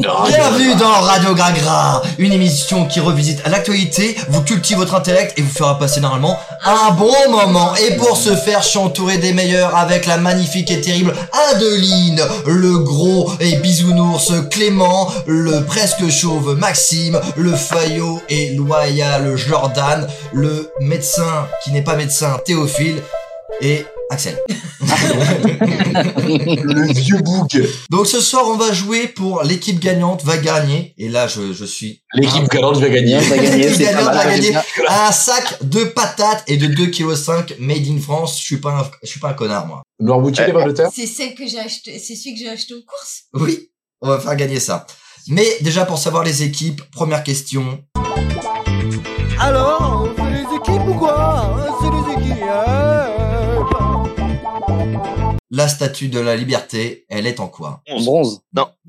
dans Bienvenue dans Radio Gragra, une émission qui revisite l'actualité, vous cultive votre intellect et vous fera passer normalement un bon moment. Et pour ce faire, je suis entouré des meilleurs avec la magnifique et terrible Adeline, le gros et bisounours Clément, le presque chauve Maxime, le faillot et loyal Jordan, le médecin qui n'est pas médecin Théophile et Axel. Le vieux bouc. Donc ce soir, on va jouer pour l'équipe gagnante va gagner. Et là, je, je suis L'équipe galante va gagner. Bien, t'as gagné, L'équipe c'est pas gagnante va mal. gagner un sac de patates et de 2,5 kg made in France. Je suis pas un, je suis pas un connard, moi. Noir boutier, les pommes de terre C'est celle que j'ai acheté, c'est celui que j'ai acheté aux courses. Oui, on va faire gagner ça. Mais déjà, pour savoir les équipes, première question. Alors, c'est les équipes ou quoi Hein, C'est les équipes. hein La statue de la liberté, elle est en quoi Bronze.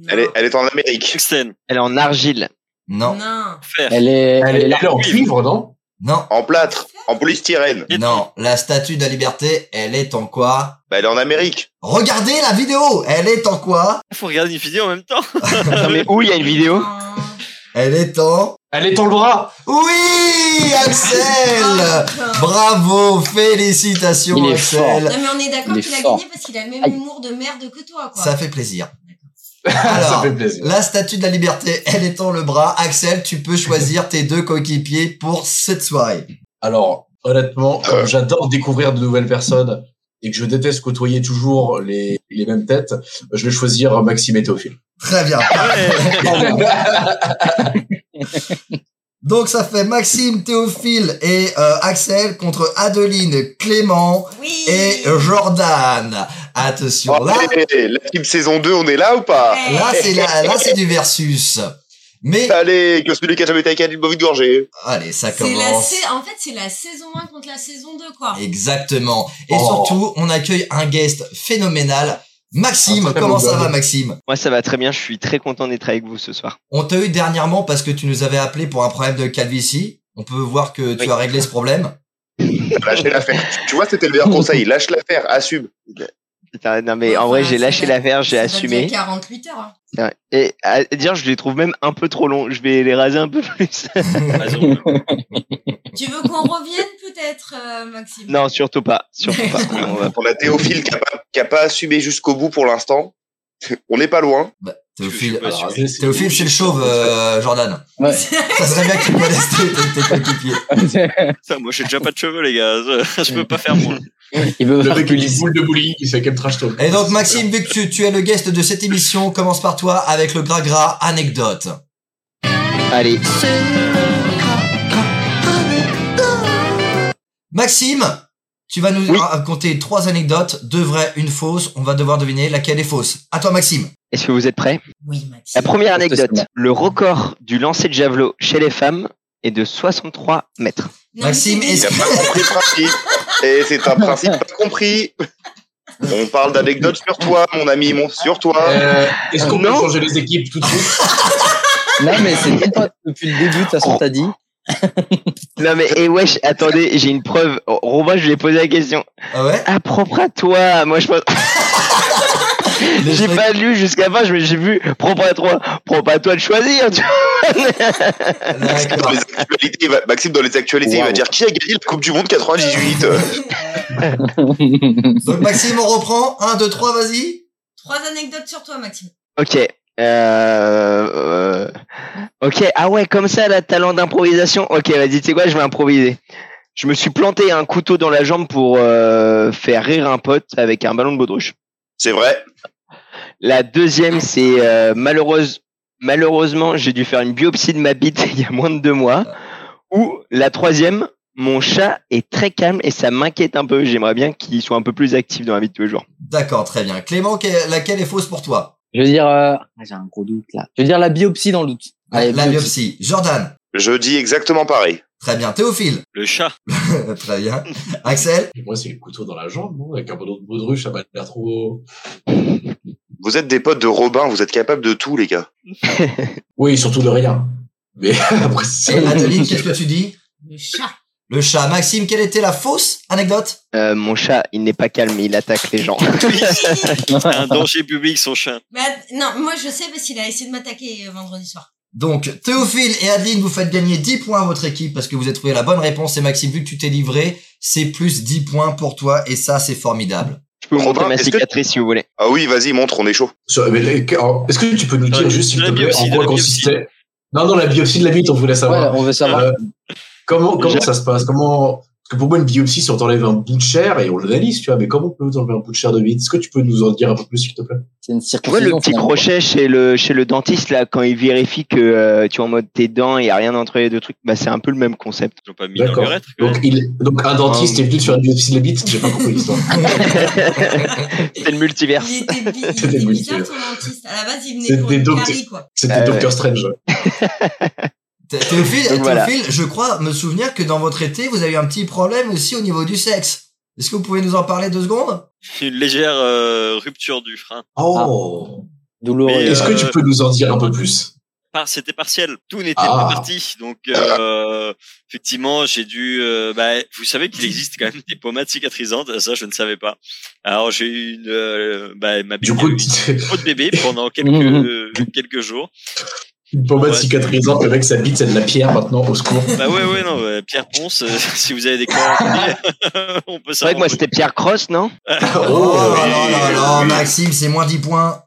Elle est, elle est en Amérique. Tungstène, Elle est en argile. Non, Non. fer, Elle est, Elle est là. là en cuivre, non non, En plâtre. En polystyrène. non. La statue de la liberté, elle est en quoi Bah, elle est en Amérique. Regardez la vidéo. Elle est en quoi faut regarder une vidéo en même temps. Non mais où il y a une vidéo Non. Elle est en. Elle est en le bras Oui, oh, Ah, Axel. Encore. Bravo, félicitations, Il est Axel. Non, mais on est d'accord Il est qu'il a fort. gagné parce qu'il a le même Aïe. humour de merde que toi, quoi. Ça fait plaisir. Ah, Ça Alors, fait plaisir. la statue de la liberté, elle étend le bras. Axel, tu peux choisir tes deux coéquipiers pour cette soirée. Alors, honnêtement, comme j'adore découvrir de nouvelles personnes et que je déteste côtoyer toujours les, les mêmes têtes, je vais choisir Maxime et Théophile. Très bien. Ah, Donc ça fait Maxime, Théophile et euh, Axel contre Adeline, Clément Oui. et Jordan. Attention, là, Allez, la team saison 2, on est là ou pas Eh, là c'est la- là c'est du versus. Mais Allez, que celui qui a jamais été avec un de gorgée. allez, ça c'est la commence. sa- En fait, c'est la saison 1 contre la saison 2, quoi. Exactement. Et Oh. surtout, on accueille un guest phénoménal. Maxime, Un très comment beau ça gars. va Maxime Moi ça va très bien, je suis très content d'être avec vous ce soir. On t'a eu dernièrement parce que tu nous avais appelé pour un problème de calvitie. On peut voir que tu Oui. as réglé ce problème. Bah, Lâchez l'affaire. Tu- Tu vois, c'était le meilleur conseil. Lâche l'affaire, assume. Putain, Non mais en vrai j'ai lâché l'affaire, j'ai Ça date d'il y a assumé. 48 heures. hein. C'est vrai. Et à dire je les trouve même un peu trop longs, je vais les raser un peu plus. Tu veux qu'on revienne peut-être, euh, Maxime non surtout pas, surtout pas. On va- On a Théophile qui a pas, qui a pas assumé jusqu'au bout pour l'instant. On n'est pas loin. Théophile, Je- je- alors, je- je- Théophile, c'est le chauve, euh, Jordan. Ouais. Ça serait bien que tu connaisses tes, tes- tes coéquipiers. Putain, moi j'ai déjà pas de cheveux les gars, je, je peux pas faire moins. Il veut Le faire mec que qui dit les boule de bowling, il fait quel trash talk. Et donc, Maxime, vu que tu, tu es le guest de cette émission, commence par toi avec le gras-gras anecdote. Allez, Maxime, tu vas nous Oui. raconter trois anecdotes, deux vraies, une fausse. On va devoir deviner laquelle est fausse. À toi, Maxime. est-ce que vous êtes prêts Oui, La Maxime. première anecdote, Justement. le record du lancer de javelot chez les femmes est de 63 mètres. Non, Maxime, mais Il c'est a est-ce des- pas compris le principe. Et c'est un principe pas compris. On parle d'anecdotes sur toi, mon ami, mon, sur toi. Euh, Est-ce qu'on peut Non. changer les équipes tout de suite Non, mais c'est ton pote depuis le début, de toute façon, t'as dit. Non mais et wesh, attendez, j'ai une preuve. Oh, Romain, je lui ai posé la question. Ah ouais Ah, propre à toi. Moi, je pense. Le j'ai truc- pas lu jusqu'à la fin, mais j'ai vu propre à toi. Propre à toi de choisir. tu vois. Dans D'accord. les actualités, il va- Maxime, dans les actualités, il va Waouh. dire qui a gagné la Coupe du Monde 98 Euh, Donc, Maxime, on reprend. Un, deux, trois, vas-y. Trois anecdotes sur toi, Maxime. Ok. Euh... euh, Ok. Ah ouais, comme ça, là, talent d'improvisation. Ok, vas-y, tu sais quoi, je vais improviser. Je me suis planté un couteau dans la jambe pour euh, faire rire un pote avec un ballon de baudruche. C'est vrai. La deuxième, c'est euh, malheureuse. Malheureusement, j'ai dû faire une biopsie de ma bite il y a moins de deux mois. Ou la troisième, mon chat est très calme et ça m'inquiète un peu. J'aimerais bien qu'il soit un peu plus actif dans la vie de tous les jours. D'accord, très bien. Clément, que- laquelle est fausse pour toi Je veux dire, euh, ah, j'ai un gros doute là. Je veux dire la biopsie dans le doute. Allez, La biopsie. Jordan. Je dis exactement pareil. Très bien. Théophile. Le chat, très bien. Axel. Moi, c'est le couteau dans la jambe, non Avec un ballon de baudruche, ça m'a l'air trop. Vous êtes des potes de Robin, vous êtes capables de tout, les gars. Oui, surtout de rien. Mais après, c'est Et Adeline, qu'est-ce que tu dis Le chat. Le chat. Maxime, quelle était la fausse anecdote Euh, mon chat, il n'est pas calme, il attaque les gens. Un danger public, son chat. Bah, non, moi je sais parce qu'il a essayé de m'attaquer euh, vendredi soir. Donc, Théophile et Adeline, vous faites gagner 10 points à votre équipe parce que vous avez trouvé la bonne réponse. Et Maxime, vu que tu t'es livré, c'est plus 10 points pour toi. Et ça, c'est formidable. Je peux vous montrer Robin, ma est-ce que- cicatrice si vous voulez. Ah oui, vas-y, montre, on est chaud. Sur- mais les- alors, Est-ce que tu peux nous dire Euh, juste s'il la te plaît, biopsie, en quoi la biopsie. consistait Non, non, la biopsie de la bite, on voulait savoir. Ouais, on veut savoir. Euh, comment comment Déjà- ça se passe Comment Parce que pour moi, une biopsie, c'est on t'enlève un bout de chair et on l'analyse, tu vois. Mais comment on peut nous enlever un bout de chair de bite Est-ce que tu peux nous en dire un peu plus, s'il te plaît C'est hein. une Tu vois circoncision. le petit finalement, crochet chez le chez le dentiste là quand il vérifie que euh, tu es en mode tes dents, il y a rien entre les deux trucs, bah c'est un peu le même concept. Ils l'ont pas mis dans D'accord. l'urètre. quand donc, même. il, donc, un dentiste Ah, est venu te faire une biopsie de la bite J'ai pas compris l'histoire. C'est le multivers. Il était, bi- il C'était était ridicule. bizarre ton dentiste. À la base, il venait C'était pour une donc- carie, quoi. C'était Ah ouais. Doctor Strange. Thé- Théophile, Donc, voilà. Théophile, je crois me souvenir que dans votre été, vous avez eu un petit problème aussi au niveau du sexe. Est-ce que vous pouvez nous en parler deux secondes Une légère euh, rupture du frein. Oh Douloureux. Mais, Est-ce que euh, tu peux nous en dire un peu plus Par- c'était partiel. Tout n'était Ah. pas parti. Donc, euh, effectivement, j'ai dû. euh, bah, vous savez qu'il existe quand même des pommades cicatrisantes. Ça, je ne savais pas. Alors, j'ai eu une. euh, bah, ma Du bébé coup, Mmh, a eu une peau de bébé pendant quelques Mhm. quelques jours. une pommade Ouais. cicatrisante, le mec, sa bite, c'est de la pierre maintenant, au secours. Bah ouais, ouais, non. bah, Pierre Ponce, euh, si vous avez des coordonnées, on peut C'est vrai que moi c'était Pierre Cross, non Oh, Oh là oui, là là là, oui. Maxime, c'est moins 10 points.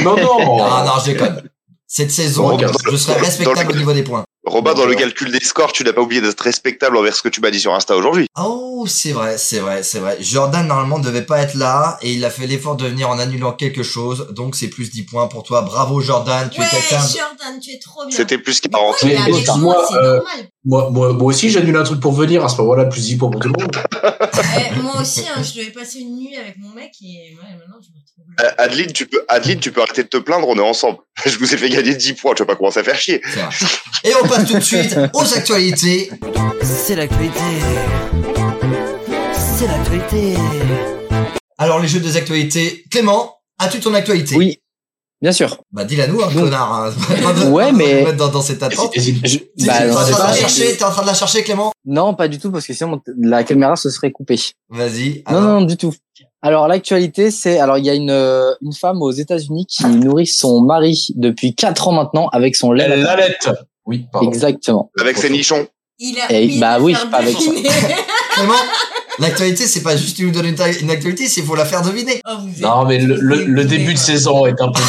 Non, non Ah non, je déconne. Cette saison, Regarde. je serai Dans respectable le- au niveau des points. Robin, dans le calcul des scores, tu n'as pas oublié d'être respectable envers ce que tu m'as dit sur Insta aujourd'hui. Oh, c'est vrai, c'est vrai, c'est vrai. Jordan, normalement, devait pas être là et il a fait l'effort de venir en annulant quelque chose. Donc, c'est plus 10 points pour toi. Bravo, Jordan. Tu Ouais, es quelqu'un. Jordan, tu es trop bien. C'était plus Mais pourquoi 40. il est Mais avec excuse-moi, moi, c'est euh, normal. Moi, moi, moi aussi, j'annule un truc pour venir. À ce moment-là, plus 10 points pour tout le monde. Eh, moi aussi, hein, je devais passer une nuit avec mon mec et ouais, maintenant je me retrouve là. Euh, Adeline, tu peux, Adeline, tu peux arrêter de te plaindre, on est ensemble. Je vous ai fait gagner 10 points, tu vas pas commencer à faire chier. C'est vrai. Et on passe tout de suite aux actualités. C'est l'actualité. C'est l'actualité. Alors, les jeux des actualités. Clément, as-tu ton actualité Oui. Bien sûr. Bah, dis-la nous, hein, Donc- connard. hein. Ah, Pas bah, de- Ouais, pas de mais- nous mettre Dans, dans cette attente. Hésite- Je- Si, bah, t'es non, en c'est train de pas- la chercher, t'es en train de la chercher, Clément Non, pas du tout, parce que sinon t- la caméra se serait coupée. Vas-y. Non, alors. non, non, du tout. Alors l'actualité, c'est alors il y a une euh, une femme aux États-Unis qui nourrit son mari depuis quatre ans maintenant avec son lait. Elle lactant. l'allait. Oui, pardon. Exactement. Avec ses nichons. Il a Eh, il bah va oui, faire pas avec ça. deviner. Clément, l'actualité, c'est pas juste nous donner une ta- une actualité, c'est faut la faire deviner. Oh, vous êtes- Non, mais le, le, le début de saison est un peu.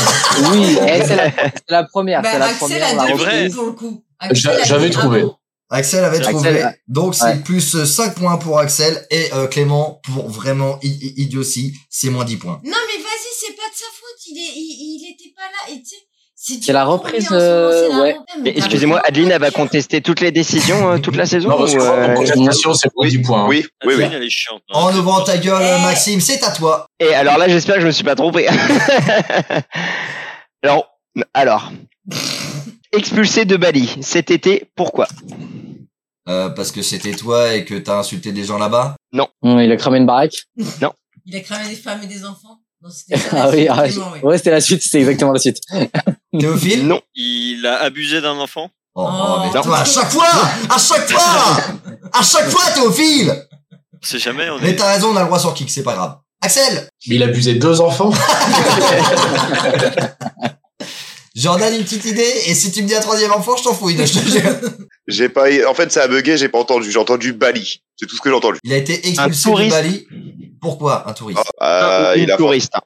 Oui, eh, c'est la, c'est la première, Bah, c'est la Axel première. a on l'a deux deviné reprise. reprise. vrais. pour le coup. J'a- Axel a j'avais dit trouvé. bravo. Axel avait Axel, trouvé. ouais. Donc c'est Ouais. plus 5 points pour Axel et euh, Clément pour vraiment i- i- idiotie, c'est moins 10 points. Non, mais vas-y, c'est pas de sa faute. Il, est, il, il était pas là. Et tu sais, c'est du C'est la premier reprise, en ce moment, c'est la euh, ouais. reprise. Mais Mais excusez-moi, t'as Adeline elle va raison, contester toutes les décisions euh, toute la saison Non, parce ou, que en euh, contestation, c'est pour Oui, 10 points. hein. Oui, oui, oui. Adeline, elle est chiante. hein. En ouvrant ta gueule, Eh. Maxime, c'est à toi. Et alors là, j'espère que je me suis pas trompé. alors, alors. Expulsé de Bali cet été, pourquoi Euh, parce que c'était toi et que t'as insulté des gens là-bas. Hum, Il a cramé une baraque. Il a cramé des femmes et des enfants. Non, c'était ça. Ah la oui, suite, ah, Clément, ouais. ouais, c'était la suite, c'est exactement la suite. Théophile Non. Il a abusé d'un enfant. Oh, Oh. mais Non. toi, à chaque fois À chaque fois À chaque fois, Théophile On sait jamais. On Mais est... t'as raison, on a le droit sur kick, c'est pas grave. Axel Mais il abusait de deux enfants. Jordan, une petite idée, et si tu me dis un troisième enfant, je t'en fous. je te jure. J'ai pas, en fait, ça a bugué, j'ai pas entendu. J'ai entendu Bali. C'est tout ce que j'ai entendu. Il a été expulsé Un de touriste. Bali. Pourquoi un touriste Ah, Un ou une il, a for- touriste. hein.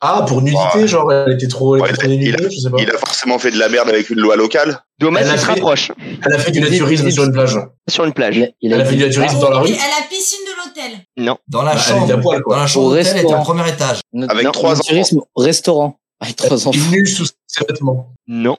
Ah, pour nudité, Ouais. genre, elle était trop. Elle, Ouais, était trop il a- nudité, je sais pas. il a forcément fait de la merde avec une loi locale. Dommage, Elle a il se fait- rapproche elle a fait du naturisme sur une plage. sur une Il plage. a, il a- Elle a fait du naturisme Pour- dans la rue. et À la piscine de l'hôtel. Dans la Bah, elle était à chambre. poil, Dans quoi. la chambre Au d'hôtel, elle était au restaurant. premier étage. Notre- Avec trois notre tourisme au restaurant. Avec trois enfants. Il nu sous ses vêtements. Non.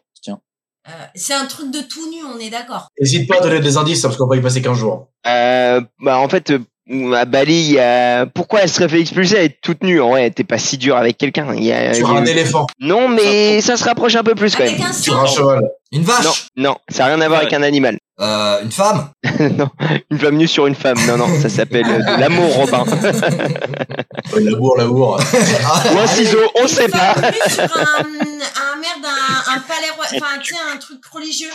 Euh, c'est un truc de tout nu, on est d'accord. N'hésite pas à donner des indices, hein, parce qu'on va y passer 15 jours. Euh, bah en fait, euh, à Bali, il y a- pourquoi elle serait fait expulser Elle est toute nue. En vrai, t'es pas si dur avec quelqu'un. Il y Eh a- Sur il y a- un éléphant, Non, mais ça se rapproche un peu plus quand Avec même. un sur un singe. cheval. Une Non, vache non, ça a rien à voir avec un animal. euh, Une femme non, une femme nue sur une femme. Non, non, ça s'appelle euh, de l'amour, Robin. Ouais, Labour, labour. Ou un ciseau, on Une sait pas. femme nue sur un, un merde, un, un palais, roi- enfin, tu sais, un truc religieux.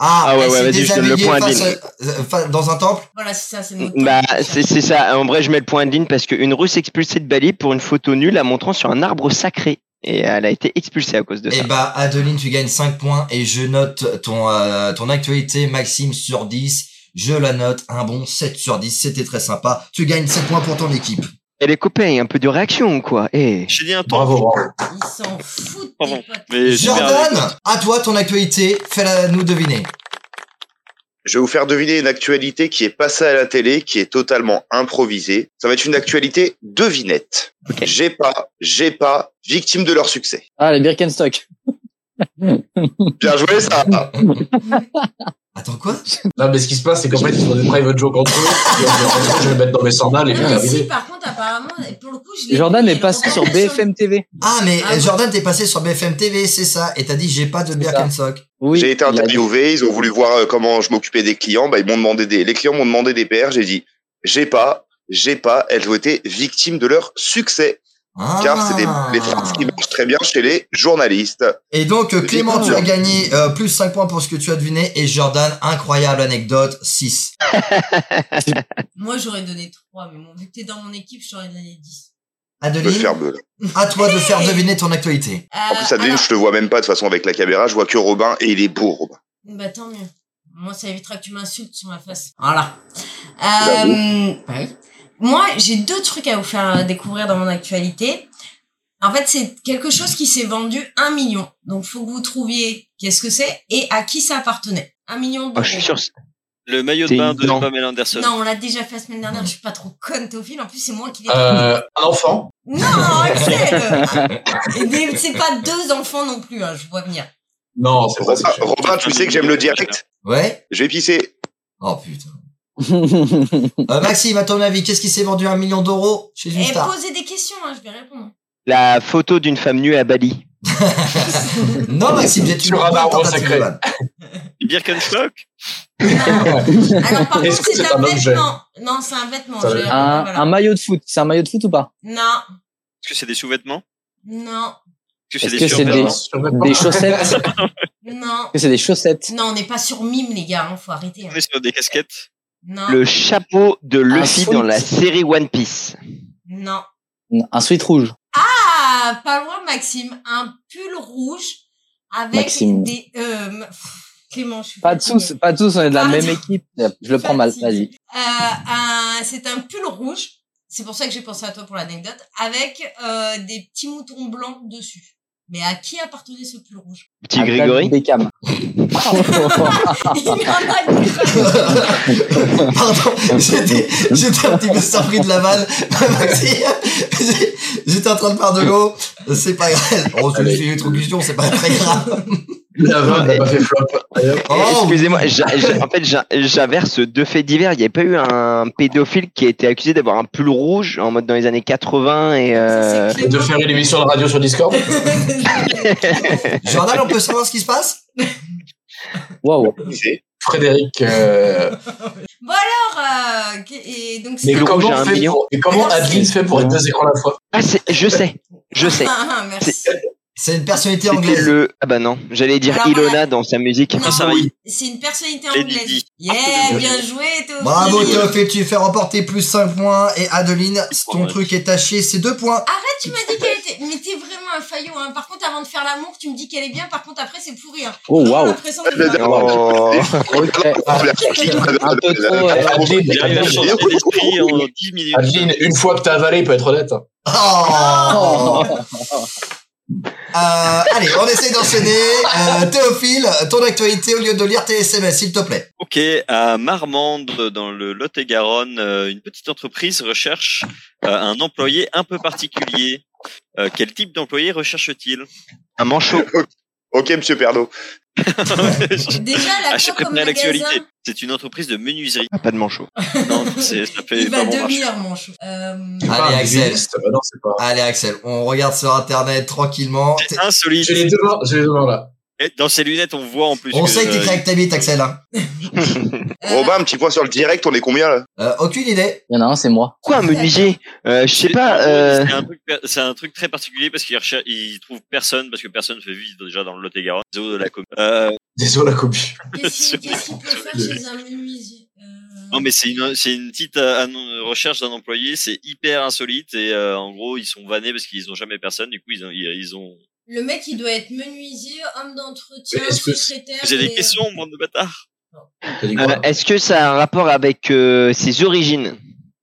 Ah, Ah ouais, elle ouais, s'est vas-y, je donne le déshabillée point à face à- euh, fa- dans un temple Voilà, c'est ça, c'est mon Bah, c'est c'est ça. En vrai, je mets le point à Dean parce qu'une Russe expulsée de Bali pour une photo nulle la montrant sur un arbre sacré. Et elle a été expulsée à cause de Eh ça. bah, Adeline, tu gagnes 5 points et je note ton, euh, ton actualité, Maxime, sur 10. Je la note un bon 7 sur 10. C'était très sympa. Tu gagnes 7 points pour ton équipe. Et les copains, un peu de réaction, quoi. Eh. J'ai dit un temps. Bravo, bravo. Ils s'en foutent, Pardon. tes potes. Mais j'ai perdu. Jordan, à toi ton actualité. Fais-la nous deviner. Je vais vous faire deviner une actualité qui est passée à la télé, qui est totalement improvisée. Ça va être une actualité devinette. Ok. J'ai pas, j'ai pas, victime de leur succès. Ah, les Birkenstock. Bien joué, ça. Attends, quoi Non, mais ce qui se passe, c'est qu'en fait, ils font des private jokes entre eux. Et on dit, attends, je vais me mettre dans mes sandales et puis Non, mais si, terminé. par contre, apparemment, et pour le coup, je l'ai Jordan vu, est et passé sur encore personne. BFM TV. Ah, mais Ah, euh, Jordan, t'es passé sur BFM TV, c'est ça. Et t'as dit, j'ai pas de ça. Birkenstock. Oui. j'ai été il a- interviewé, ils ont voulu voir euh, comment je m'occupais des clients. Bah, ils m'ont demandé des, les clients m'ont demandé des PR. J'ai dit, j'ai pas, j'ai pas. Elles ont été victimes de leur succès, Ah. car c'est des, des phrases qui marchent très bien chez les journalistes. Et donc, euh, Clément, tu Victor. as gagné euh, plus 5 points pour ce que tu as deviné. Et Jordan, incroyable anecdote, 6. Moi, j'aurais donné 3, mais bon, vu que t'es dans mon équipe, je t'aurais donné 10. Me Adeline, faire beuh. à toi de faire Hey deviner ton actualité. En Euh, plus, Adeline, Ah. alors- je te vois même pas de toute façon avec la caméra. Je vois que Robin et il est beau, Robin. Bah tant mieux. Moi, ça évitera que tu m'insultes sur ma face. Voilà. Euh, bah oui. Moi, j'ai deux trucs à vous faire découvrir dans mon actualité. En fait, c'est quelque chose qui s'est vendu un million. Donc, faut que vous trouviez qu'est-ce que c'est et à qui ça appartenait. Un million Oh, d'euros. je suis sûr. c'est- Le maillot de T'es bain une de dent. Pamela Anderson. Non, on l'a déjà fait la semaine dernière. Je suis pas trop conne, Théophile. En plus, c'est moi qui l'ai. Euh, un enfant. Non, Axel Et des- C'est pas deux enfants non plus, hein, je vois venir. Non, c'est pas Robin, ça. c'est cher. Robin, tu sais que j'aime le direct. Ouais Je vais pisser. Oh putain. Euh, Maxime, à ton avis, qu'est-ce qui s'est vendu un million d'euros chez une Et star posez des questions, hein, je vais répondre. La photo d'une femme nue à Bali. Non, Maxime, j'ai Sur toujours un pas arbre tentative sacré. de vanne. Birkenstock Alors par Est-ce contre, que c'est c'est un, un objet vêtement. Non, c'est un vêtement. Ça je- veut dire- voilà. un, un maillot de foot. C'est un maillot de foot ou pas Non, Est-ce que c'est des sous-vêtements non, Est-ce que Est-ce c'est des que c'est survêtements Des chaussettes. Est-ce non. que c'est des chaussettes Non, on n'est pas sur mime, les gars. hein, faut arrêter. hein. On est sur des casquettes Non, Le chapeau de Luffy foot. dans la série One Piece. non. Un sweat rouge. Ah, pas loin, Maxime. Un pull rouge avec Maxime. des. Euh, pff, Clément, je suis Pas tous, fatiguée. pas tous, on est de la Ah, même non. équipe. Je le prends mal, vas-y. Fatiguée. Euh, un- c'est un pull rouge. C'est pour ça que j'ai pensé à toi pour l'anecdote, avec euh, des petits moutons blancs dessus. Mais à qui appartenait ce pull rouge Petit Adam Grégory. Beckham. Il y en a du Pardon, j'étais, j'étais un petit peu surpris de la vanne. Maxime, j'ai- j'étais en train de faire de l'eau. C'est pas grave. Oh, c'est Allez. j'ai eu trop de questions, c'est pas très grave. La vanne n'a pas fait flop. D'ailleurs, Eh, Oh, Excusez-moi, j'a- j'a- en fait, j'a- j'inverse deux faits divers. Il n'y a pas eu un pédophile qui a été accusé d'avoir un pull rouge en mode dans les années 80 et euh, Ça, c'est et de faire une émission de radio sur Discord. Jordan, on peut savoir ce qui se passe Waouh. Pisser. Frédéric. Euh... Alors, euh, et donc Mais c'était- le rouge à comment, un fait million. pour... et comment Adeline fait pour être deux écrans à la fois ah, c'est- je sais, je sais. Ah, ah, merci. C'est une personnalité C'était anglaise. le ah bah non, j'allais dire Alors, voilà. Ilona dans sa musique. Non, ça va, il- c'est une personnalité Lady anglaise. Di. Ah, Yeah, bien joué, Théophile. Bravo Théophile, tu fais remporter plus 5 points et Adeline, ton Ouais. truc est taché, c'est 2 points. Ah, tu m'as dit qu'elle était. Mais t'es vraiment un faillot. Hein. Par contre, avant de faire l'amour, tu me dis qu'elle est bien. Par contre, après, c'est pourri. Hein. Oh, J'ai waouh. l'impression Je vais d'être- dire- Oh. Eh, Ah, Un peu trop, euh, Adeline, Il arrive à changer d'esprit en 10 minutes. Adeline, une fois que t'as avalé, il peut être honnête. Oh Euh, allez, on essaye d'enchaîner. Euh, Théophile, ton actualité, au lieu de lire tes SMS, s'il te plaît. Ok, à Marmande, dans le Lot-et-Garonne, euh, une petite entreprise recherche euh, un employé un peu particulier. Euh, quel type d'employé recherche-t-il Un manchot. Ok, monsieur Pernaud. Déjà, la Ah, je croix préfère comme magasin. l'actualité. C'est une entreprise de menuiserie. Ah, pas de manchot. Non, c'est- ça fait Il pas va bon marché. devenir mon chou. Euh, C'est Allez, pas un Axel. vigiliste. Bah non, c'est pas. Allez Axel, on regarde sur internet tranquillement. Ah, T'es- Insolite. J'ai les deux mains, j'ai les deux mains là. Et Dans ses lunettes, on voit en plus. On que, sait que t'es euh, créé avec ta bite Axel. hein. Ah. euh, Robin, un petit point sur le direct. On est combien là Euh, aucune idée. Il y en a un, c'est moi. Quoi, un menuisier Euh, Je sais pas. euh, C'est un, truc- c'est un truc très particulier parce qu'ils recherchent, ils trouvent personne parce que personne fait vivre déjà dans le Lot-et-Garonne, zéro de la commune. Euh, Désolé, la copie. Qu'est-ce qu'il qu'est-ce qu'il peut faire chez un menuisier Euh, Non, mais c'est une, c'est une petite euh, annon- recherche d'un employé, c'est hyper insolite et euh, en gros, ils sont vannés parce qu'ils ont jamais personne, du coup, ils ont. Ils, ils ont... Le mec, il doit être menuisier, homme d'entretien, Mais est-ce que- secrétaire. Vous avez et, des euh, questions, bande de bâtards T'as dit quoi Euh, Est-ce que ça a un rapport avec euh, ses origines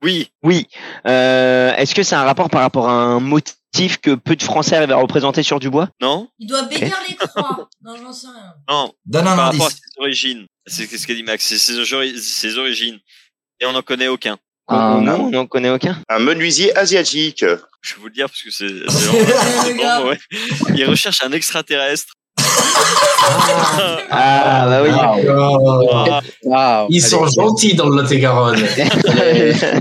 Oui, Oui. Euh, Est-ce que ça a un rapport par rapport à un motif que peu de Français arrivent à représenter sur du bois non Il doit bénir les croix. Non, j'en sais rien. Non, Donne un par rapport à indice. ses origines. C'est c'est ce qu'a dit Max, c'est ses, ori- ses origines. Et on n'en connaît aucun. Oh, Ah, Un- non, on n'en connaît aucun. Un menuisier asiatique. Je vais vous le dire parce que c'est. c'est vraiment- c'est vraiment vrai. Il recherche un extraterrestre. Ah bah oui. Ah, Ah, Ah, Ils allez. sont gentils dans le Lot-et-Garonne.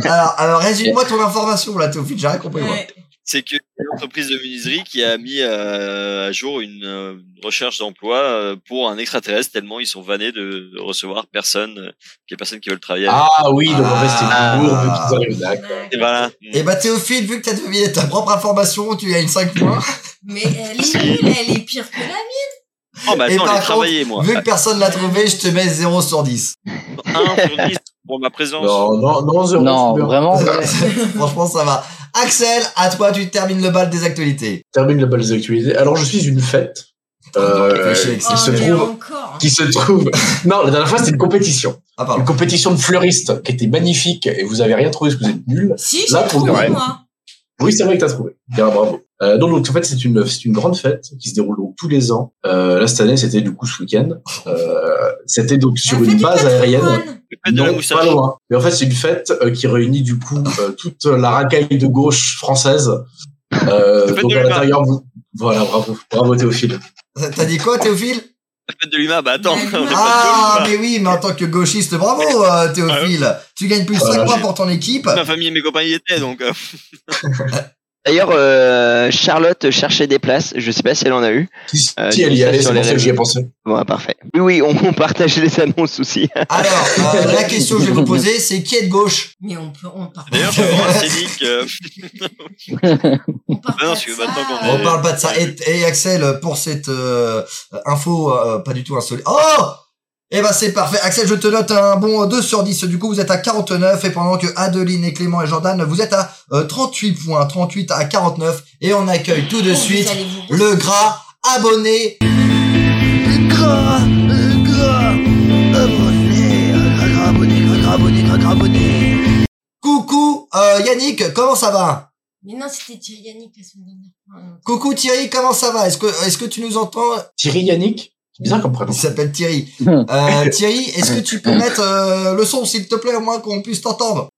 Alors, alors résume-moi ton information là, Théophile, j'ai rien compris. moi. Ouais. c'est que une entreprise de menuiserie qui a mis euh, à jour une euh, recherche d'emploi euh, pour un extraterrestre tellement ils sont vannés de recevoir personne, euh, qu'il y a personne qui veut le travailler. avec. Ah oui, donc en fait, Ah. c'était lourd depuis tout à l'heure, d'accord. Et voilà. Eh Et ben, bah Théophile, vu que t'as deviné ta propre information, tu gagnes 5 points. Mais elle est nulle, elle est pire que la mienne. Oh, bah eh Et ben, attends, par j'ai travaillé moi. Vu que personne l'a trouvé, je te mets 0 sur 10. Un sur dix pour ma présence. Non, non, non, zéro, Non, super. vraiment. Franchement, ça va. Axel, à toi, tu termines le bal des actualités. Termine la balle des actualités. Alors, je suis une fête. Euh, Réfléchis, qui Axel. se Oh, mais trouve, encore. qui se trouve. Non, la dernière fois, c'était une compétition. Ah, Une pardon. compétition de fleuristes qui était magnifique et vous avez rien trouvé parce que vous êtes nuls. Si, Là, j'ai pour trouvé, vrai. moi. Oui, c'est vrai que t'as trouvé. Bien, bravo. Euh, donc, donc, en fait, c'est une, c'est une grande fête qui se déroule donc tous les ans. Euh, là, cette année, c'était du coup ce week-end. Euh, c'était donc sur Elle fait une du base patrimoine. aérienne. Le fait de la Non, moussage. pas loin. Mais en fait, c'est une fête euh, qui réunit du coup euh, toute la racaille de gauche française. Le Euh, fait donc de à l'humain. l'intérieur, vous... voilà, bravo, bravo Théophile. T'as dit quoi, Théophile Le fait de l'humain, bah attends. Ah, on est pas Ah, de l'humain. mais oui, mais en tant que gauchiste, bravo, euh, Théophile. Tu gagnes plus 5 Voilà, points Ah j'ai- pour ton équipe. Ma famille et mes copains y étaient donc. euh, D'ailleurs, euh, Charlotte cherchait des places. Je sais pas si elle en a eu. Si, Euh, si elle y ça allait, sur c'est les pour ça que j'y ai pensé. Bon, ah, parfait. Oui, oui, on, on partage les annonces aussi. Alors, euh, la question que je vais vous poser, c'est qui est de gauche Mais on peut, on part. D'ailleurs, je vais voir un scénic. euh, on part Ah non, pas parce que de ça. maintenant qu'on On Euh, parle pas de ça. Et, et Axel, pour cette euh, info euh, pas du tout insolite. Oh Eh ben c'est parfait. Axel, je te note un bon 2 sur 10. Du coup, vous êtes à 49 et pendant que Adeline et Clément et Jordan, vous êtes à euh, 38 points, 38 à 49 et on accueille tout de Oh, vous suite allez vous- le gras abonné. Gras, gras, abonné, gras, gras, abonné, gras, gras, abonné, gras, gras, abonné. Coucou euh, Yannick, comment ça va Mais non, c'était Thierry Yannick la semaine dernière. Coucou Thierry, comment ça va Est-ce que est-ce que tu nous entends Thierry Yannick, c'est bizarre comme prénom. Il s'appelle Thierry. Euh, Thierry, est-ce que tu peux mettre euh, le son s'il te plaît au moins qu'on puisse t'entendre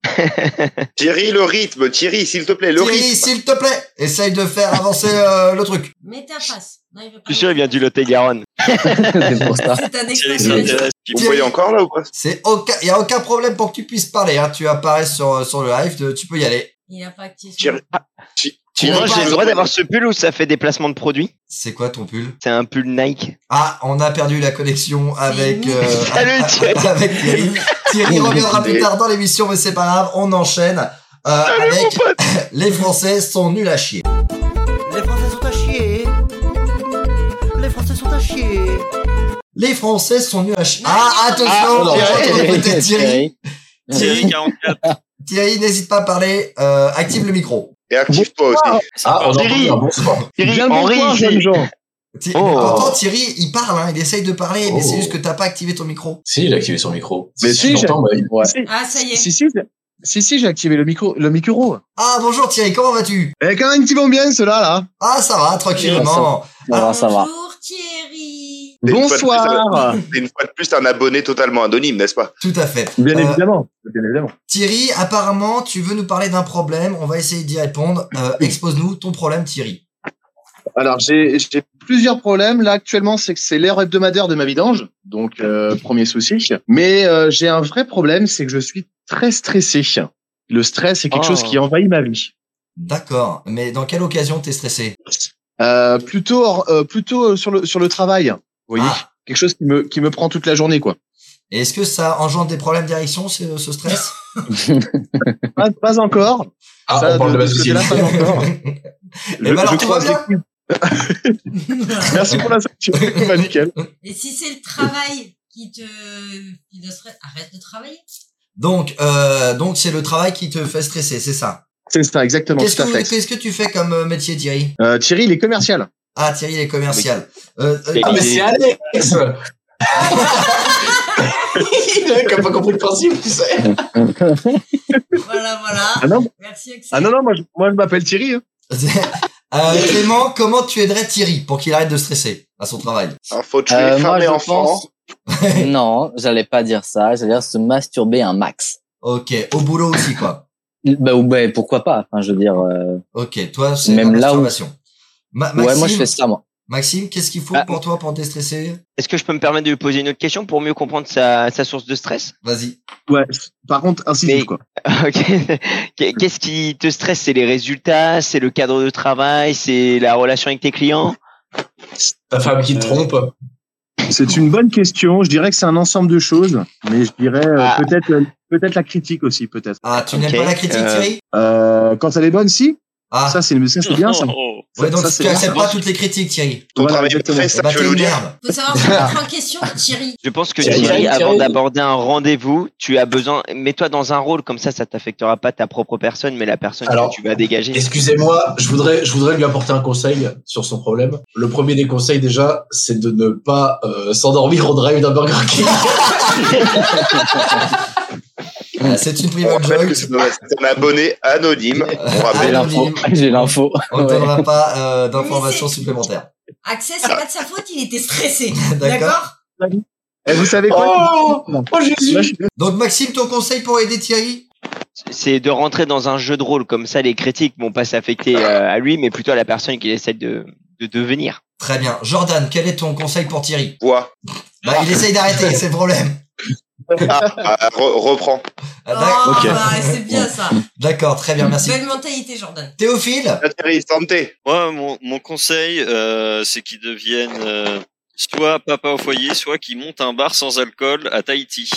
Thierry, le rythme. Thierry, s'il te plaît, le Thierry, rythme. s'il te plaît, essaye de faire avancer euh, le truc. Mets ta face. Non, il veut pas. Je suis sûr, il vient du Lot-et-Garonne. C'est pour ça. C'est un si les extraterrestre. intéresse, puis Vous Thierry. voyez encore là ou pas C'est aucun, y a aucun problème pour que tu puisses parler. Hein. Tu apparais sur sur le live, tu- tu peux y aller. Il a pas activé. son- Thierry. Thi- Thierry, Moi, pas j'ai raison. le droit d'avoir ce pull ou ça fait déplacement de produits C'est quoi ton pull C'est un pull Nike. Ah, on a perdu la connexion avec nul. euh, Salut, Thierry. avec Thierry. Thierry reviendra plus tard dans l'émission, mais c'est pas grave, on enchaîne euh, avec les Français sont nuls à chier. Les Français sont à chier. Les Français sont à chier. Les Français sont nuls à chier. Non, Ah, non, non, attention, non, on non, retourne côté de Thierry. Thierry 44. Thierry, n'hésite pas à parler. euh, active le micro. Et active-toi aussi. Ah, on Thierry. entend un bon soir. Thierry, Henri, ici. Ti- Oh. mais Pourtant, Thierry, il parle, hein, il essaye de parler, mais Oh. c'est juste que t'as pas activé ton micro. Si, il a activé son micro. Mais si, je l'entends, ouais. Ouais. Ah, ça y est. Si, si, j'ai- si, si, j'ai activé le micro, le micro. Ah, bonjour Thierry, comment vas-tu Et Eh, quand même, qui vont bien, ceux-là, là. Ah, ça va, tranquillement. Ça va, ça va. Bonjour Thierry. T'es une fois de plus un- Bonsoir. T'es une fois de plus un abonné totalement anonyme, n'est-ce pas Tout à fait. Bien Euh, évidemment. Bien évidemment. Thierry, apparemment, tu veux nous parler d'un problème, on va essayer d'y répondre. Euh, Expose-nous ton problème, Thierry. Alors, j'ai j'ai plusieurs problèmes. Là, actuellement, c'est que c'est l'heure hebdomadaire de ma vidange. Donc, euh, premier souci. Mais euh, j'ai un vrai problème, c'est que je suis très stressé. Le stress est quelque Oh. Ah. chose qui envahit ma vie. D'accord, mais dans quelle occasion t'es stressé Euh, plutôt hors- euh, plutôt sur le, sur le travail, vous voyez Ah. Quelque chose qui me, qui me prend toute la journée, quoi. Et Est-ce que ça engendre des problèmes d'érection, ce, ce stress Pas, pas encore. Ah, Ça, on parle de de- ma de ce société. côté-là, pas encore. Eh ben alors, tout va croise les bien coudes. Merci pour la sanction. Bah, nickel. Et si c'est le travail qui te, qui te stresse, arrête de travailler. Donc, euh, donc c'est le travail qui te fait stresser, c'est ça. C'est ça, exactement. Qu'est-ce tout à que, fait. qu'est-ce que tu fais comme euh, métier, Thierry Euh, Thierry, il est commercial. Ah, Thierry, il est commercial. Euh, euh, Ah, mais c'est Alex Il a qui a pas compris le principe, tu sais. Voilà, voilà. Ah non, Merci, Axel. ah non, non, moi je, moi, je m'appelle Thierry. hein. euh, Clément, comment tu aiderais Thierry pour qu'il arrête de stresser à son travail Alors, faut tuer Euh, femmes moi, et je enfants. pense. non, j'allais pas dire ça. J'allais dire se masturber un max. Ok, au boulot aussi, quoi. Bah, ou bah, pourquoi pas Enfin, je veux dire. euh, Ok, toi, c'est Même la là où- masturbation. Ma- Maxime, Ouais, moi je fais ça, moi. Maxime, qu'est-ce qu'il faut Ah. pour toi pour te déstresser Est-ce que je peux me permettre de lui poser une autre question pour mieux comprendre sa, sa source de stress Vas-y. Ouais. Par contre, ainsi Mais- quoi. Ok. Qu'est- Qu'est-ce qui te stresse C'est les résultats C'est le cadre de travail C'est la relation avec tes clients Ta femme qui te trompe. C'est une bonne question. Je dirais que c'est un ensemble de choses, mais je dirais euh, Ah. peut-être euh, peut-être la critique aussi, peut-être. Ah, tu n'aimes Ok, pas la critique, euh, Thierry Euh, quand elle est bonne, si. Ah, Ça, c'est ça, c'est bien. Ça. Oh, ouais, donc ça, tu c'est- acceptes pas toutes les critiques, Thierry. Ton Voilà, travail est exactement. fait, ça, bah, je t'es veux une le dire. merde. Faut savoir se mettre en question, Thierry. Je pense que Thierry, Thierry, Thierry, avant Thierry. d'aborder un rendez-vous, tu as besoin. Mets-toi dans un rôle comme ça, ça t'affectera pas ta propre personne, mais la personne Alors, que tu vas dégager. Excusez-moi, je voudrais, je voudrais lui apporter un conseil sur son problème. Le premier des conseils déjà, c'est de ne pas euh, s'endormir au drive d'un Burger King. Ah, C'est une On private rappelle joke. que c'est un abonné anonyme. On J'ai rappelle. l'info. Anonyme. J'ai l'info. On ne Ouais. donnera pas euh, d'informations Mais c'est- supplémentaires. Axel, c'est pas de sa faute, il était stressé. D'accord. D'accord Et Eh, vous savez quoi oh, oh Moi, Jésus je- Donc Maxime, ton conseil pour aider Thierry C'est de rentrer dans un jeu de rôle comme ça. Les critiques vont pas s'affecter euh, à lui, mais plutôt à la personne qu'il essaie de, de devenir. Très bien. Jordan, quel est ton conseil pour Ah. Thierry Bois. Bah, il essaye d'arrêter, c'est le problème. Ah, ah, re- reprends. Ah, d'ac- Oh, Ok. bah, c'est bien ça. D'accord, très bien, merci. Belle mentalité, Jordan. Théophile Ah, Thierry, santé. Moi, mon, mon conseil, euh, c'est qu'ils deviennent euh, soit papa au foyer, soit qu'ils montent un bar sans alcool à Tahiti.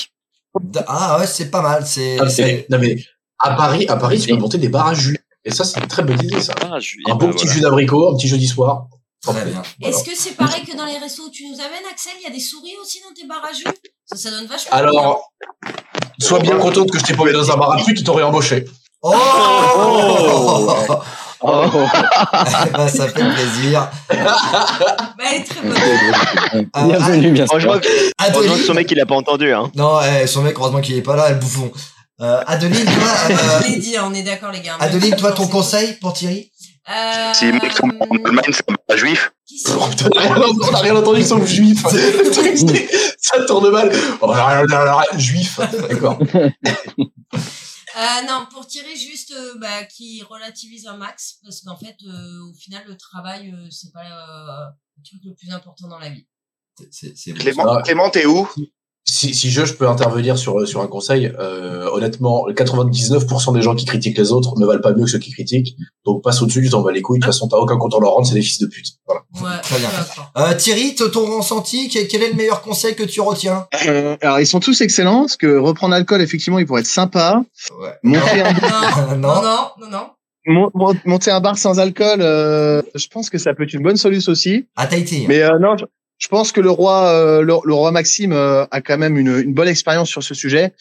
D- Ah ouais, c'est pas mal. C'est Ah, c'est- c'est- Non mais à Paris, à Paris, tu peux monter des bars à jus. Et ça, c'est une très bonne idée, ça. Ah, je, Un bah bon petit jus d'abricot, un petit jeudi soir. très bien. Voilà. Est-ce que c'est pareil que dans les restos où tu nous amènes, Axel Il y a des souris aussi dans tes barres à jus ça, ça donne vachement. Alors, sois bien contente que je t'ai pas mis dans un bar à pute qui t'aurait embauché. Oh, Oh Oh. Eh ben, ça fait plaisir. bien. Bah, elle est très bonne. Euh, Bienvenue, bien sûr. Heureusement que, Oh, heureusement que Adeline- son mec il a pas entendu. Hein. Non, eh, son mec, heureusement qu'il est pas là, elle bouffon. Euh, Adeline, toi, euh, Je l'ai dit, on est d'accord, les gars. Adeline, toi, ton C'est- conseil pour Thierry Ah. Euh, Si les mecs sont en Allemagne, c'est un bar juif. qui Oh, c'est putain, on a rien- on a rien entendu sauf juif. Le truc, c'est- ça tourne mal. Oh, là, là, là, là, là, juif. D'accord. Euh, non, pour tirer juste euh, bah, qui relativise un max, parce qu'en fait, euh, au final, le travail, euh, c'est pas euh, le truc le plus important dans la vie. C'est- c'est- Clément, Ah. va. Clément, t'es où Si, si je, je peux intervenir sur, sur un conseil, euh, honnêtement, 99% des gens qui critiquent les autres ne valent pas mieux que ceux qui critiquent. Donc passe au-dessus, tu t'en bats les couilles. De toute façon, t'as aucun compte en leur rendre, c'est des fils de pute. Voilà. Ouais, Très bien. peu importe. Euh, Thierry, te- ton ressenti, quel quel est le meilleur conseil que tu retiens Euh, alors, ils sont tous excellents, parce que reprendre l'alcool, effectivement, il pourrait être sympa. Ouais. Monter un, Non, non, non non, non, non. mon- mon- monter un bar sans alcool, euh, je pense que ça peut être une bonne solution aussi. À Tahiti. Mais euh, non, je, je pense que le roi, euh, le, le roi Maxime euh, a quand même une, une bonne expérience sur ce sujet,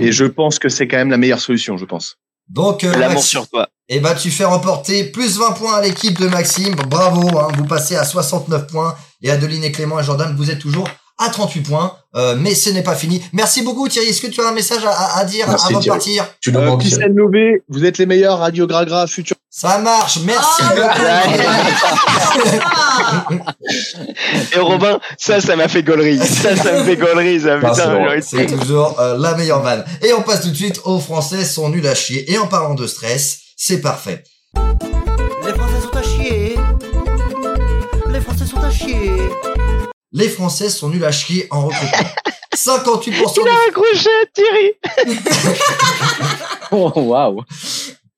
et je pense que c'est quand même la meilleure solution, je pense. Donc, euh, L'amour Maxi- sur toi. Eh ben, tu fais remporter plus 20 points à l'équipe de Maxime. Bravo, hein, vous passez à 69 points. Et Adeline et Clément et Jordan, vous êtes toujours à 38 points. Euh, mais ce n'est pas fini. Merci beaucoup, Thierry. Est-ce que tu as un message à, à- à dire Merci, avant de Thierry. partir Tu nous Euh, manques. Christelle Nové, vous êtes les meilleurs Radio Gragra futur. Ça marche. Merci. Oh, beaucoup. Ah Et Robin, ça, ça m'a fait gaulerie. Ça, ça me fait gaulerie, ça, Bah, Ah, c'est putain. drôle. j'aurais été- C'est toujours euh, la meilleure vanne. Et on passe tout de suite aux Français sont nuls à chier. Et en parlant de stress, c'est parfait. Les Français sont à chier. Les Français sont à chier. Les Français sont nuls à chier en recrutement. 58% Il des a accroché à Thierry. Oh, waouh.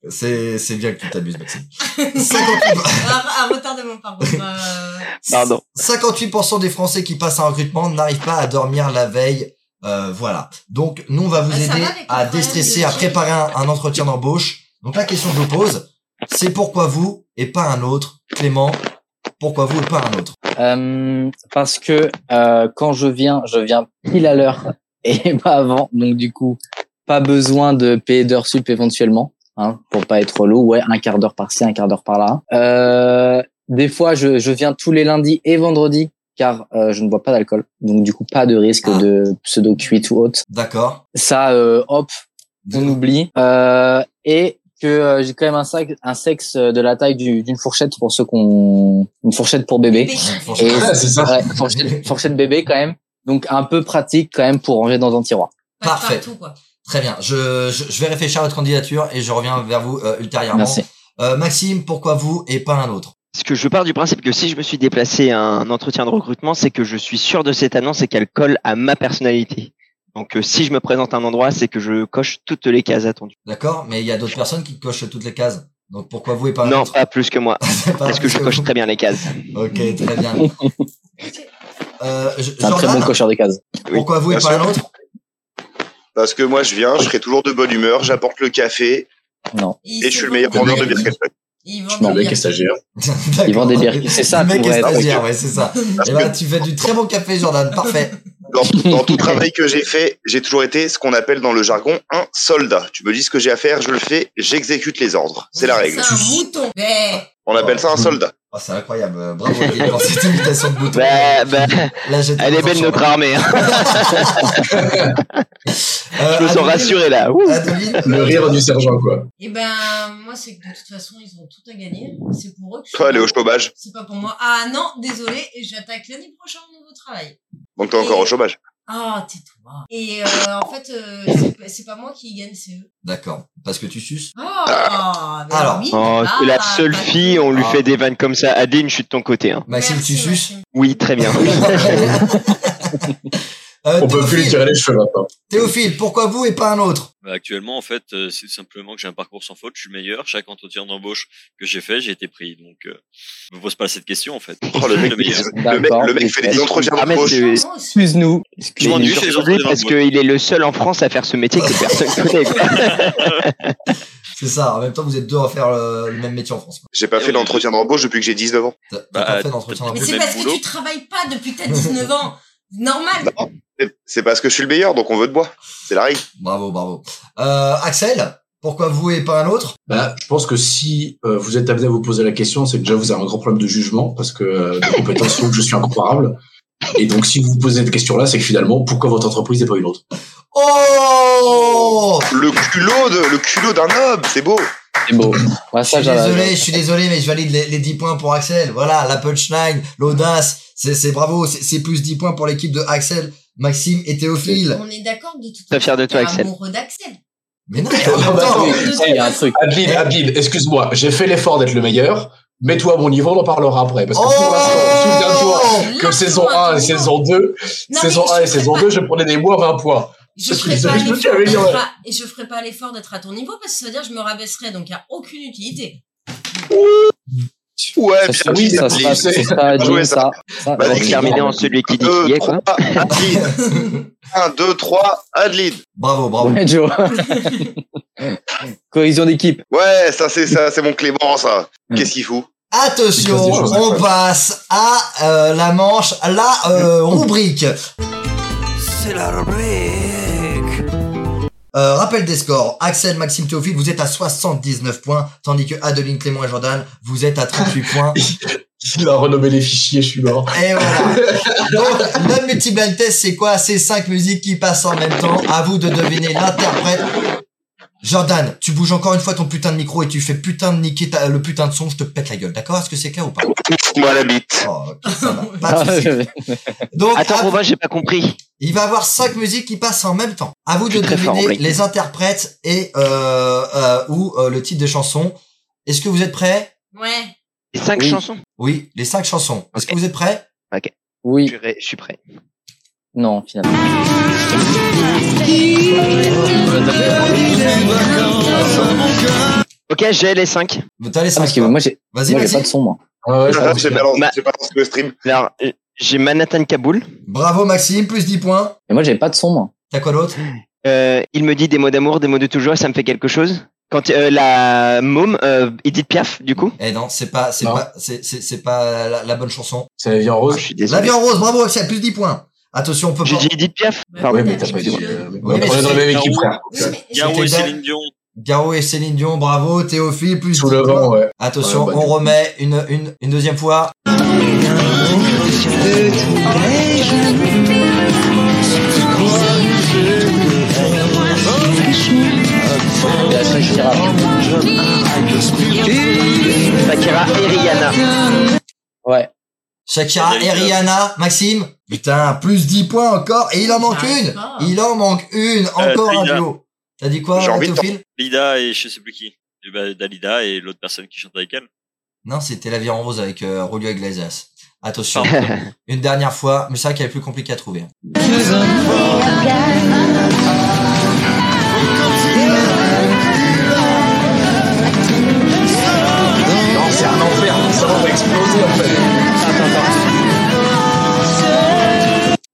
C'est, c'est bien que tu t'amuses, Maxime. 58... un, un retardement, ah, pardon. Euh, Pardon. 58% des Français qui passent un recrutement n'arrivent pas à dormir la veille. Euh, voilà. Donc, nous, on va vous Ah, ça aider va avec le à problème déstresser, de à Jim. préparer un, un entretien d'embauche. Donc, la question que je vous pose, c'est pourquoi vous et pas un autre Clément, Pourquoi vous et pas un autre Euh, parce que euh, quand je viens, je viens pile à l'heure et pas avant. Donc du coup, pas besoin de payer d'heures sup éventuellement, hein, pour pas être lourd. Ouais, un quart d'heure par-ci, un quart d'heure par-là. Euh, des fois, je, je viens tous les lundis et vendredis car euh, je ne bois pas d'alcool. Donc du coup, pas de risque de pseudo cuite ou autre. D'accord. Ça, euh, hop, on oublie. Euh, et que euh, j'ai quand même un, sac, un sexe de la taille du- d'une fourchette pour ceux qu'on... Une fourchette pour bébé. Et Ouais, c'est ça. Ouais, fourchette, fourchette bébé quand même. Donc un peu pratique quand même pour ranger dans un tiroir. Pas de Parfait. partout, quoi. Très bien. Je, je, je vais réfléchir à votre candidature et je reviens vers vous euh, ultérieurement. Merci. Euh, Maxime, pourquoi vous et pas un autre Parce que je pars du principe que si je me suis déplacé à un entretien de recrutement, c'est que je suis sûr de cette annonce et qu'elle colle à ma personnalité. Donc euh, si je me présente à un endroit, c'est que je coche toutes les cases attendues. D'accord Mais il y a d'autres personnes qui cochent toutes les cases. Donc pourquoi vous et pas un Non, autre pas plus que moi. C'est pas Parce que je vous. coche très bien les cases. Ok, très bien. Euh, je- C'est un très bon Jordan, cocheur de cases. Oui, pourquoi vous et bien pas sûr. un autre Parce que moi, je viens, je serai toujours de bonne humeur, j'apporte le café Non. Ils et je se suis le meilleur vendent vendeur des de bière bières. qu'elle fait. Ils Je vendent m'en vais, des bières. qu'est-ce que ça gère Ils vendent des bières. D'accord. C'est ça Le mec pour est être- stagiaire, ouais, c'est ça. Eh ben, tu fais du très bon café, Jordan. Parfait. Dans, dans tout travail que j'ai fait, j'ai toujours été ce qu'on appelle dans le jargon un soldat. Tu me dis ce que j'ai à faire, je le fais, j'exécute les ordres. C'est la règle. C'est un mouton. Ben, On appelle ça un soldat. Oh, c'est incroyable. Euh, Bravo, Olivier, pour cette imitation de bouton. Bah, bah, Là, j'étais elle est encore belle sur- notre armée. hein. Euh, Je me sens Adeline- rassuré là. Ouh. Adeline, Le rire du sergent, quoi. et ben, moi, c'est que de toute façon, ils ont tout à gagner. C'est pour eux que je Toi, elle est au suis. chômage. C'est pas pour moi. Ah non, désolé, et j'attaque l'année prochaine mon nouveau travail. Donc t'es encore au chômage. Ah, tais-toi. Et euh, en fait, euh, c'est pas- c'est pas moi qui gagne, c'est eux. D'accord. Parce que tu suces. Ah, ben Alors. oui, Oh, bah, c'est la bah, seule bah, fille, on lui Ah. fait des vannes comme ça. Adine, je suis de ton côté. Hein. Maxime, merci, tu suces. Maxime. Oui, très bien. Euh, On peut plus lui Théophile, tirer les cheveux maintenant. Théophile, pourquoi vous et pas un autre Bah, actuellement, en fait, euh, c'est simplement que j'ai un parcours sans faute, je suis meilleur. Chaque entretien d'embauche que j'ai fait, j'ai été pris. Donc, euh, je me pose pas cette question, en fait. Oh, le mec, Le meilleur. le mec, le mec fait des entretiens Ah, mais d'embauche. c'est- Moi aussi. Excuse-nous. Je m'en Mais dis, je fais les suis entretiens parce d'embauche. qu'il est le seul en France à faire ce métier que personne connaît. quoi. C'est ça. En même temps, vous êtes deux à faire le, le même métier en France. quoi. J'ai pas fait d'entretien d'embauche depuis que j'ai 19 ans. T'as t'as Bah, pas fait euh, d'entretien t'as- Mais d'embauche. c'est même parce que boulot. tu travailles pas depuis que t'as 19 ans. Normal. Bah, Non, c'est- c'est parce que je suis le meilleur, donc on veut de bois. C'est la règle. Bravo, bravo. Euh, Axel, pourquoi vous et pas un autre Bah, je pense que si euh, vous êtes amené à vous poser la question, c'est que déjà vous avez un grand problème de jugement parce que euh, de compétences donc je suis incomparable. Et donc si vous vous posez cette question-là, c'est que finalement, pourquoi votre entreprise n'est pas une autre Oh Le culot de- le culot d'un homme, c'est beau. C'est beau. Ouais, Je ça, suis j'en- désolé, je suis désolé, mais je valide les, les 10 points pour Axel. Voilà, la punchline, l'audace, c'est c'est bravo, c'est c'est plus 10 points pour l'équipe de Axel, Maxime et Théophile. On est d'accord de tout Très fier de toi, Axel. amoureux d'Axel. Mais non, mais en même bah temps, Oui, De Ça, il y a un truc. Adeline, Adeline, excuse-moi, j'ai fait l'effort d'être le meilleur. Mets-toi à mon niveau, on en parlera après. Parce que pour l'instant, souviens-toi Oh toute façon, que saison 1 et saison 2, Non, saison mais 1 et je saison ferai 2, je prenais des mois 20 points. Je Parce que ferai les pas amis, je me suis l'effort réveillé, d'être ouais. à- et je ferai pas l'effort d'être à ton niveau parce que ça veut dire que je me rabaisserai donc il n'y a aucune utilité. Ouais, Ah, Ça, bien c'est- dit, ça, bien se dit. passe, c'est ça, Bien joué, Adine, ça. Ça, On va Vas-y, se c'est terminer énorme. en celui qui dit qui Deux, est quoi. Euh, trois, Adeline. Un, deux, trois, Adeline. Bravo, bravo. Ouais, Joe. Cohésion d'équipe. Ouais, ça c'est ça, c'est mon Clément ça. Qu'est-ce qu'il fout Il Attention, passe des choses on incroyables. passe à euh, la manche, la euh, rubrique. C'est la rubrique. Euh, rappel des scores, Axel, Maxime, Théophile, vous êtes à 79 points, tandis que Adeline, Clément et Jordan, vous êtes à 38 points. Il a renommé les fichiers, je suis mort. Et voilà. Donc, le multi-blind test, c'est quoi C'est cinq musiques qui passent en même temps. À vous de deviner l'interprète. Jordan, tu bouges encore une fois ton putain de micro et tu fais putain de niquer ta- le putain de son, je te pète la gueule. D'accord Est-ce que c'est clair ou pas Moi la bite. Oh, ok, ça va. Pas de souci. Donc, Attends, à- Robin, j'ai pas compris. il va avoir cinq musiques qui passent en même temps. À vous Je de suis très fort en deviner blague. les interprètes et euh, euh, ou euh, le titre des chansons. Est-ce que vous êtes prêts Ouais. Les cinq Oui. chansons. Oui, les cinq chansons. Est-ce Ok. que vous êtes prêts Oui, Je, ré- je suis prêt. non, finalement. Ok, j'ai les cinq. T'as les Ah, cinq. parce que toi. moi, j'ai Vas-y, moi, j'ai pas de Maxime. son, moi. Ah ouais, je pense J'ai que- balancé, Bah- j'ai balancé le stream. Alors, euh, j'ai Manhattan Kaboul. Bravo Maxime, plus 10 points. Mais moi, j'ai pas de son, moi. T'as quoi d'autre Euh, il me dit des mots d'amour, des mots de toujours, ça me fait quelque chose. Quand euh, la môme, euh, Edith Piaf, du coup. Eh non, c'est pas, c'est Non. pas, c'est, c'est, c'est pas la, la bonne chanson. C'est la vie en Oh, je rose. suis La désolé. vie en rose, bravo Axel, plus 10 points. Attention, on peut J'ai pas. dit Edith Piaf. Bah, Pardon. Ouais, oui, mais t'as pas dit. mais- euh, Oui, On est mais dans la c'est- même équipe, Garou. frère. Oui, mais j'ai- Garou dingue. et Céline Dion. Garo et Céline Dion, bravo, Théophile, plus Sous 10 le points. vent, ouais. Attention, Ouais, bah, on du coup. remet une, une, une deuxième fois. La Shakira. Shakira et Rihanna. Ouais. Shakira Daniel et Club. Rihanna, Maxime. Putain, plus 10 points encore, et il en manque J'arrive une. pas. Il en manque une, encore un Dalida. duo. T'as dit quoi, Euh, J'ai envie de Théophile Lida et je sais plus qui. Eh ben, Dalida et l'autre personne qui chante avec elle. Non, c'était La vie en rose avec euh, Julio Iglesias. Attention, Pardon. une dernière fois, mais c'est vrai qu'elle est plus compliquée à trouver. Non, c'est un enfer. Ça va exploser, en fait.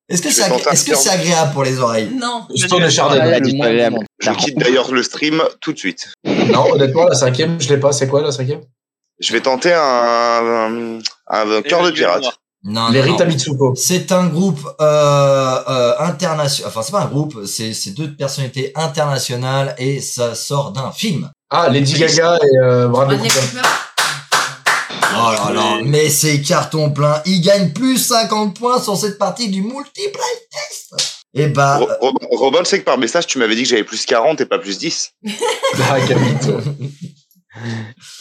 Est-ce que Je c'est vais tenter agré- un est-ce que terme. c'est agréable pour les oreilles Non. Je Ah, tourne le chardin. Elle a Le dit moins pas du agréable. monde. Je quitte d'ailleurs le stream tout de suite. Non, honnêtement, la cinquième, je l'ai pas. C'est quoi, la cinquième Je vais tenter un, un, un cœur de Emmanuel pirate. Noir. Non, Les non, non. Rita Mitsuko. C'est un groupe euh, euh, international. Enfin, c'est pas un groupe. C'est c'est deux personnalités internationales et ça sort d'un film. Ah, Lady Gaga et euh, Bradley Bradley Cooper. Cooper. Oh là là, mais c'est carton plein. Il gagne plus 50 points sur cette partie du multiple test. Et bah, Oh. Ah. Ro- Ro- Robin, c'est que par message, tu m'avais dit que j'avais plus 40 et pas plus 10. Ah, Capito.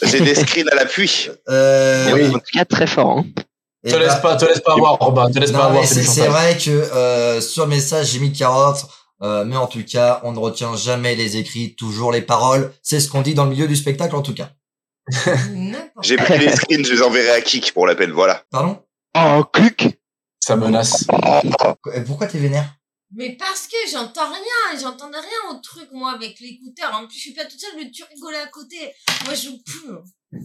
J'ai des screens à l'appui. euh, Oui. En tout cas, très fort. Hein. eh Te bah, laisse pas, te laisse pas avoir, Robin. Te laisse non, pas avoir. mais C'est c'est du c'est chantage. vrai que euh, sur le message, j'ai mis carotte. euh, mais en tout cas, on ne retient jamais les écrits, toujours les paroles. C'est ce qu'on dit dans le milieu du spectacle, en tout cas. N'importe J'ai pris les screens, je les enverrai à Kik pour l'appel, voilà. Pardon Oh, clic Ça menace. Qu- Pourquoi t'es vénère Mais parce que j'entends rien, j'entendais rien au truc, moi, avec l'écouteur. En plus, je suis pas toute seule, le tu rigolais à côté. Moi, je joue plus.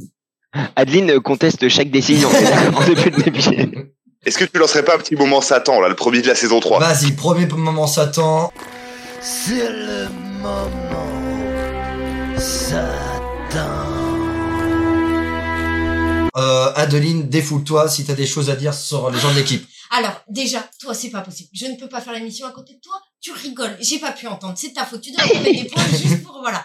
hein. Adeline conteste chaque décision on est d'accord, depuis le début. Est-ce que tu lancerais pas un petit moment Satan, là, le premier de la saison 3 Vas-y, premier moment Satan. C'est le moment. Satan. Euh, Adeline, défoule-toi si t'as des choses à dire sur les gens de l'équipe. Alors, déjà, toi, c'est pas possible. Je ne peux pas faire l'émission à côté de toi. Tu rigoles. J'ai pas pu entendre. C'est ta faute. Tu dois trouver des points juste pour, voilà.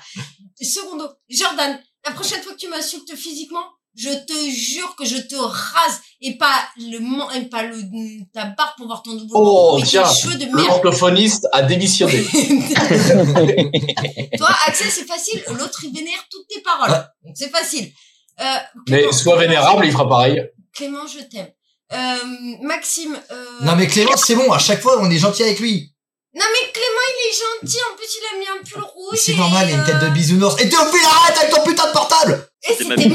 Secondo, Jordan, la prochaine fois que tu m'insultes physiquement, je te jure que je te rase et pas le, man- et pas le, ta barre pour voir ton double Oh, menton et tes tiens, cheveux de Le merde. orthophoniste a démissionné. Toi, Axel, c'est facile. L'autre, il vénère toutes tes paroles. Donc, c'est facile. Euh, Mais Clément, sois vénérable, il fera pareil. Clément, je t'aime. Euh, Maxime, euh... Non mais Clément, c'est bon, à chaque fois on est gentil avec lui. Non mais Clément il est gentil, en plus il a mis un pull rouge. C'est et, normal, il y a une tête de euh, bisounours. Et Théophile, arrête avec ton putain de portable Et c'était mon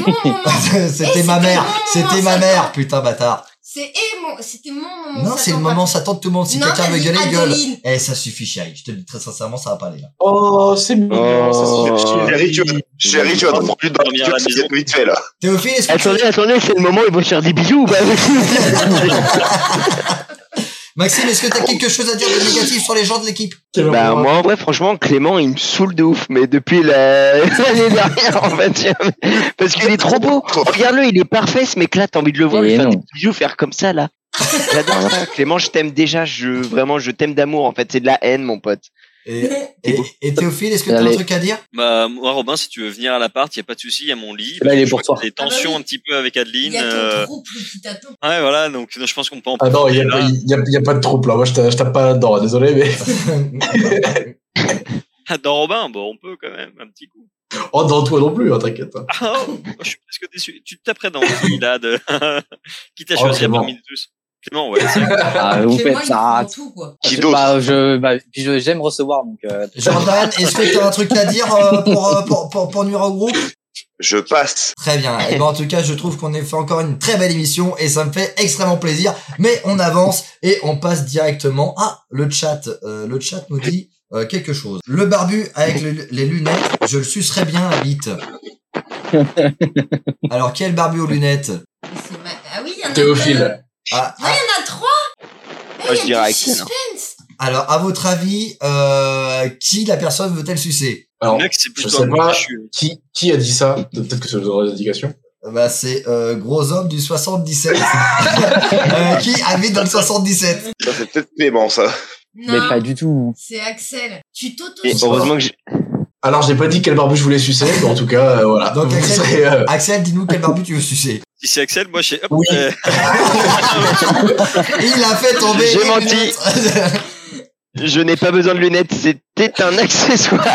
C'était ma moment. Eh, c'était mère, mon c'était moment ma mère, Satan. putain bâtard. C'est et mon, c'était mon moment. Non, ça c'est le tombe pas. moment Satan de tout le monde. Si Non, quelqu'un t'as veut dit gueuler, il gueule. Adeline. Eh, ça suffit chérie, je te le dis très sincèrement, ça va pas aller là. Oh, c'est mignon. Oh. Bah, ça, c'est Chérie, tu vas, chérie. chérie, tu vas te produire dans le Dormir à la studio, maison. c'est vite fait, là. Théophile, est-ce que tu- attendez, attendez, c'est le moment où ils vont faire des bisous ou pas Maxime, est-ce que t'as quelque chose à dire de négatif sur les gens de l'équipe Quel Bah, horreur. moi, en vrai, franchement, Clément, il me saoule de ouf, mais depuis la- l'année dernière, en fait, je- parce qu'il est trop beau. Regarde-le, il est parfait, ce mec-là, t'as envie de le voir, Et lui faire non. des petits bisous, faire comme ça, là. J'adore ça. Clément, je t'aime déjà, je, vraiment, je t'aime d'amour, en fait, c'est de la haine, mon pote. et, et, et Théophile, est-ce que t'as un Allez. truc à dire Bah, moi, Robin, si tu veux venir à l'appart, il a pas de souci, il y a mon lit. Là, il Eh ben, est Je pour crois toi. qu'il y a Des tensions Ah bah oui. un petit peu avec Adeline. Il y a ton euh, troupe qui t'attend. Ouais, voilà, donc non, je pense qu'on peut en Ah non, il n'y parler, a, là. pas- y a- y a pas de troupe là. Moi, je tape, je tape pas là-dedans. hein, Désolé, mais. Ah, Dans Robin, bon, on peut quand même, un petit coup. Oh, dans toi non plus, hein, t'inquiète. Ah, oh, je suis presque déçu. Tu te taperais dans qui, là, de... qui t'a Oh, choisi Clément. parmi nous tous Clément, ouais. c'est- Ah, vous Clément faites il ça. prend tout quoi. Qui Je- d'autre bah, je, bah, puis je- j'aime recevoir, donc, euh, Jordan, est-ce que t'as un truc à dire euh, pour, euh, pour, pour, pour nuire au groupe Je passe. Très bien. Et ben, en tout cas, je trouve qu'on a fait encore une très belle émission et ça me fait extrêmement plaisir. Mais on avance et on passe directement à le chat. Euh, le chat nous dit euh, quelque chose. Le barbu avec le- les lunettes, je le sucerais bien à bite. Alors, quel barbu aux lunettes Et c'est ma- Ah oui, il y en a deux. Théophile. Ah, Non, ah, il y en a trois. Eh, Moi, je il y a dirais du Axel, hein. suspense. Alors, à votre avis, euh, qui la personne veut-elle sucer Alors, Mec, c'est je plutôt sais un pas. fichu. qui, qui a dit ça Peut-être que ça vous donnera des indications. Bah, c'est euh, gros homme du 77 euh, qui habite dans le 77. Ça, c'est peut-être Clément, ça. Mais Non, pas du tout. c'est Axel. Tu t'auto Et heureusement que j'ai- Alors, j'ai pas dit quelle barbu je voulais sucer, mais en tout cas, euh, voilà. Donc, Vous Axel- serez, euh, Axel, dis-nous quel barbu tu veux sucer. Si c'est Axel, moi, j'ai, hop, Oui. euh, Il a fait tomber. J'ai les menti. lunettes. je n'ai pas besoin de lunettes, c'était un accessoire.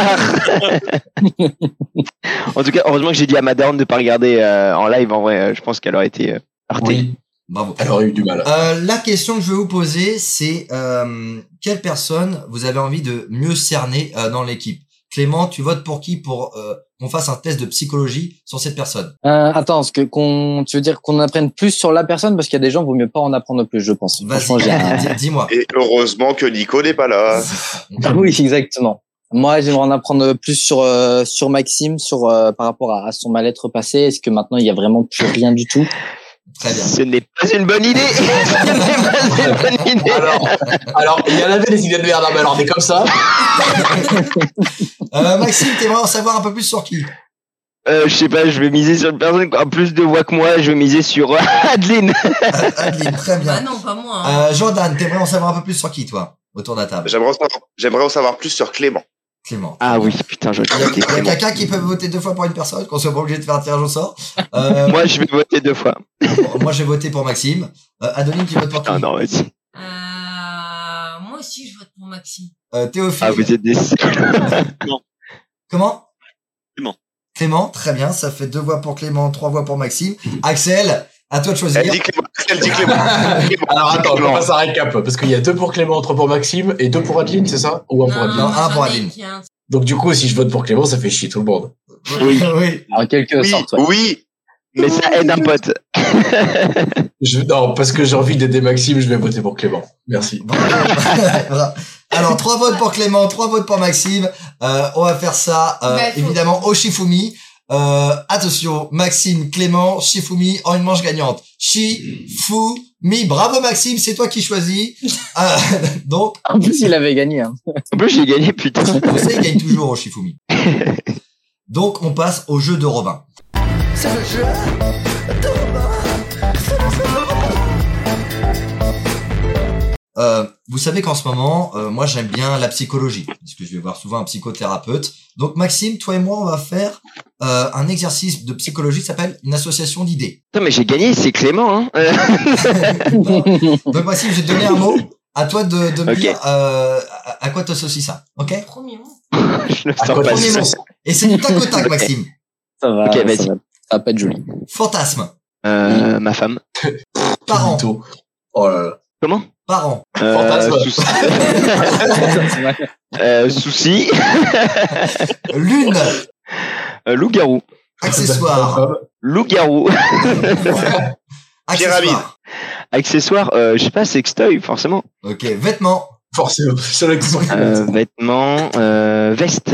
en tout cas, heureusement que j'ai dit à ma daronne de pas regarder euh, en live. En vrai, euh, je pense qu'elle aurait été euh, heurtée. oui, Bravo. elle aurait eu du mal. Euh, la question que je vais vous poser, c'est euh, quelle personne vous avez envie de mieux cerner euh, dans l'équipe Clément, tu votes pour qui pour euh, qu'on fasse un test de psychologie sur cette personne Euh, attends, ce que qu'on, tu veux dire qu'on apprenne plus sur la personne parce qu'il y a des gens vaut mieux pas en apprendre plus, je pense. Franchement, j'ai un- Vas-y, dis- dis-moi. Et heureusement que Nico n'est pas là. Oui, exactement. Moi, j'aimerais en apprendre plus sur euh, sur Maxime, sur euh, par rapport à, à son mal-être passé. Est-ce que maintenant il y a vraiment plus rien du tout Très bien. Ce n'est pas une bonne idée. Ce n'est pas une bonne idée. Alors, alors, il y en avait des idées de merde, ah, mais alors, mais comme ça. Euh, Maxime, t'aimerais en savoir un peu plus sur qui Euh, je sais pas, je vais miser sur une personne qui a plus de voix que moi. Je vais miser sur euh, Adeline. Euh, Adeline, très Ah bien. non, pas moi. hein. Euh, Jordan, t'aimerais en savoir un peu plus sur qui, toi Autour de la table. J'aimerais en savoir, j'aimerais en savoir plus sur Clément. Clément. Ah oui, putain, je Il y a, vais il y a quelqu'un qui peut voter deux fois pour une personne, qu'on soit pas obligé de faire un tirage au sort. Euh, Moi, je vais voter deux fois. bon, moi, j'ai voté pour Maxime. Euh, Adeline, tu votes pour qui Putain, Ah non, vas-y. Euh, moi aussi, je vote pour Maxime. Euh, Théophile. Ah, vous êtes des. Comment Clément. Clément, très bien. Ça fait deux voix pour Clément, trois voix pour Maxime. Axel, à toi de choisir. Elle dit Clément. Elle dit Clément. Alors, attends, on Clément. passe à récap, parce qu'il y a deux pour Clément, trois pour Maxime, et deux pour Adeline, c'est ça Ou un pour Adeline non. un j'en Ah, pour ai Adeline. qu'un. Donc, du coup, si je vote pour Clément, ça fait chier tout le monde. Oui. En quelque Oui, sorte. ouais. oui. Mais ça aide un pote. Je, non, parce que j'ai envie d'aider Maxime, je vais voter pour Clément. Merci. Bravo. Bravo. Alors, trois votes pour Clément, trois votes pour Maxime. Euh, on va faire ça, euh, Bah, faut- évidemment, au Shifumi. Euh, attention, Maxime, Clément, Shifumi en une manche gagnante. Shifumi, bravo Maxime, c'est toi qui choisis. Euh, donc, En plus, il avait gagné. Hein. En plus, j'ai gagné, putain. vous savez, il gagne toujours au Shifumi. Donc, on passe au jeu de Robin. C'est le jeu de Robin. C'est le jeu de Robin. Euh, vous savez qu'en ce moment, euh, moi j'aime bien la psychologie, parce que je vais voir souvent un psychothérapeute. Donc Maxime, toi et moi, on va faire euh, un exercice de psychologie qui s'appelle une association d'idées. Putain, mais j'ai gagné, c'est Clément. Hein. Euh, Donc Maxime, je vais te donner un mot. À toi de, de me Ok. dire euh, à, à quoi t'associes ça. Ok Premier mot. je ne Ah, À sens quoi pas. tu Premier penses mot. Et c'est du tac au tac, Maxime. Ça va. Ok, ça, va vas-y. ça va pas être joli. Fantasme. Euh, ma femme. Parent. Plutôt. Oh là là. Comment Parent. Fantasme. souci. Euh, souci. Lune. Euh, Loup-garou. Accessoire. Loup-garou. Accessoire. Accessoire, euh, je sais pas, sextoy, forcément. Ok. Vêtements. Forcément, c'est la question. Euh, vêtements, euh, veste,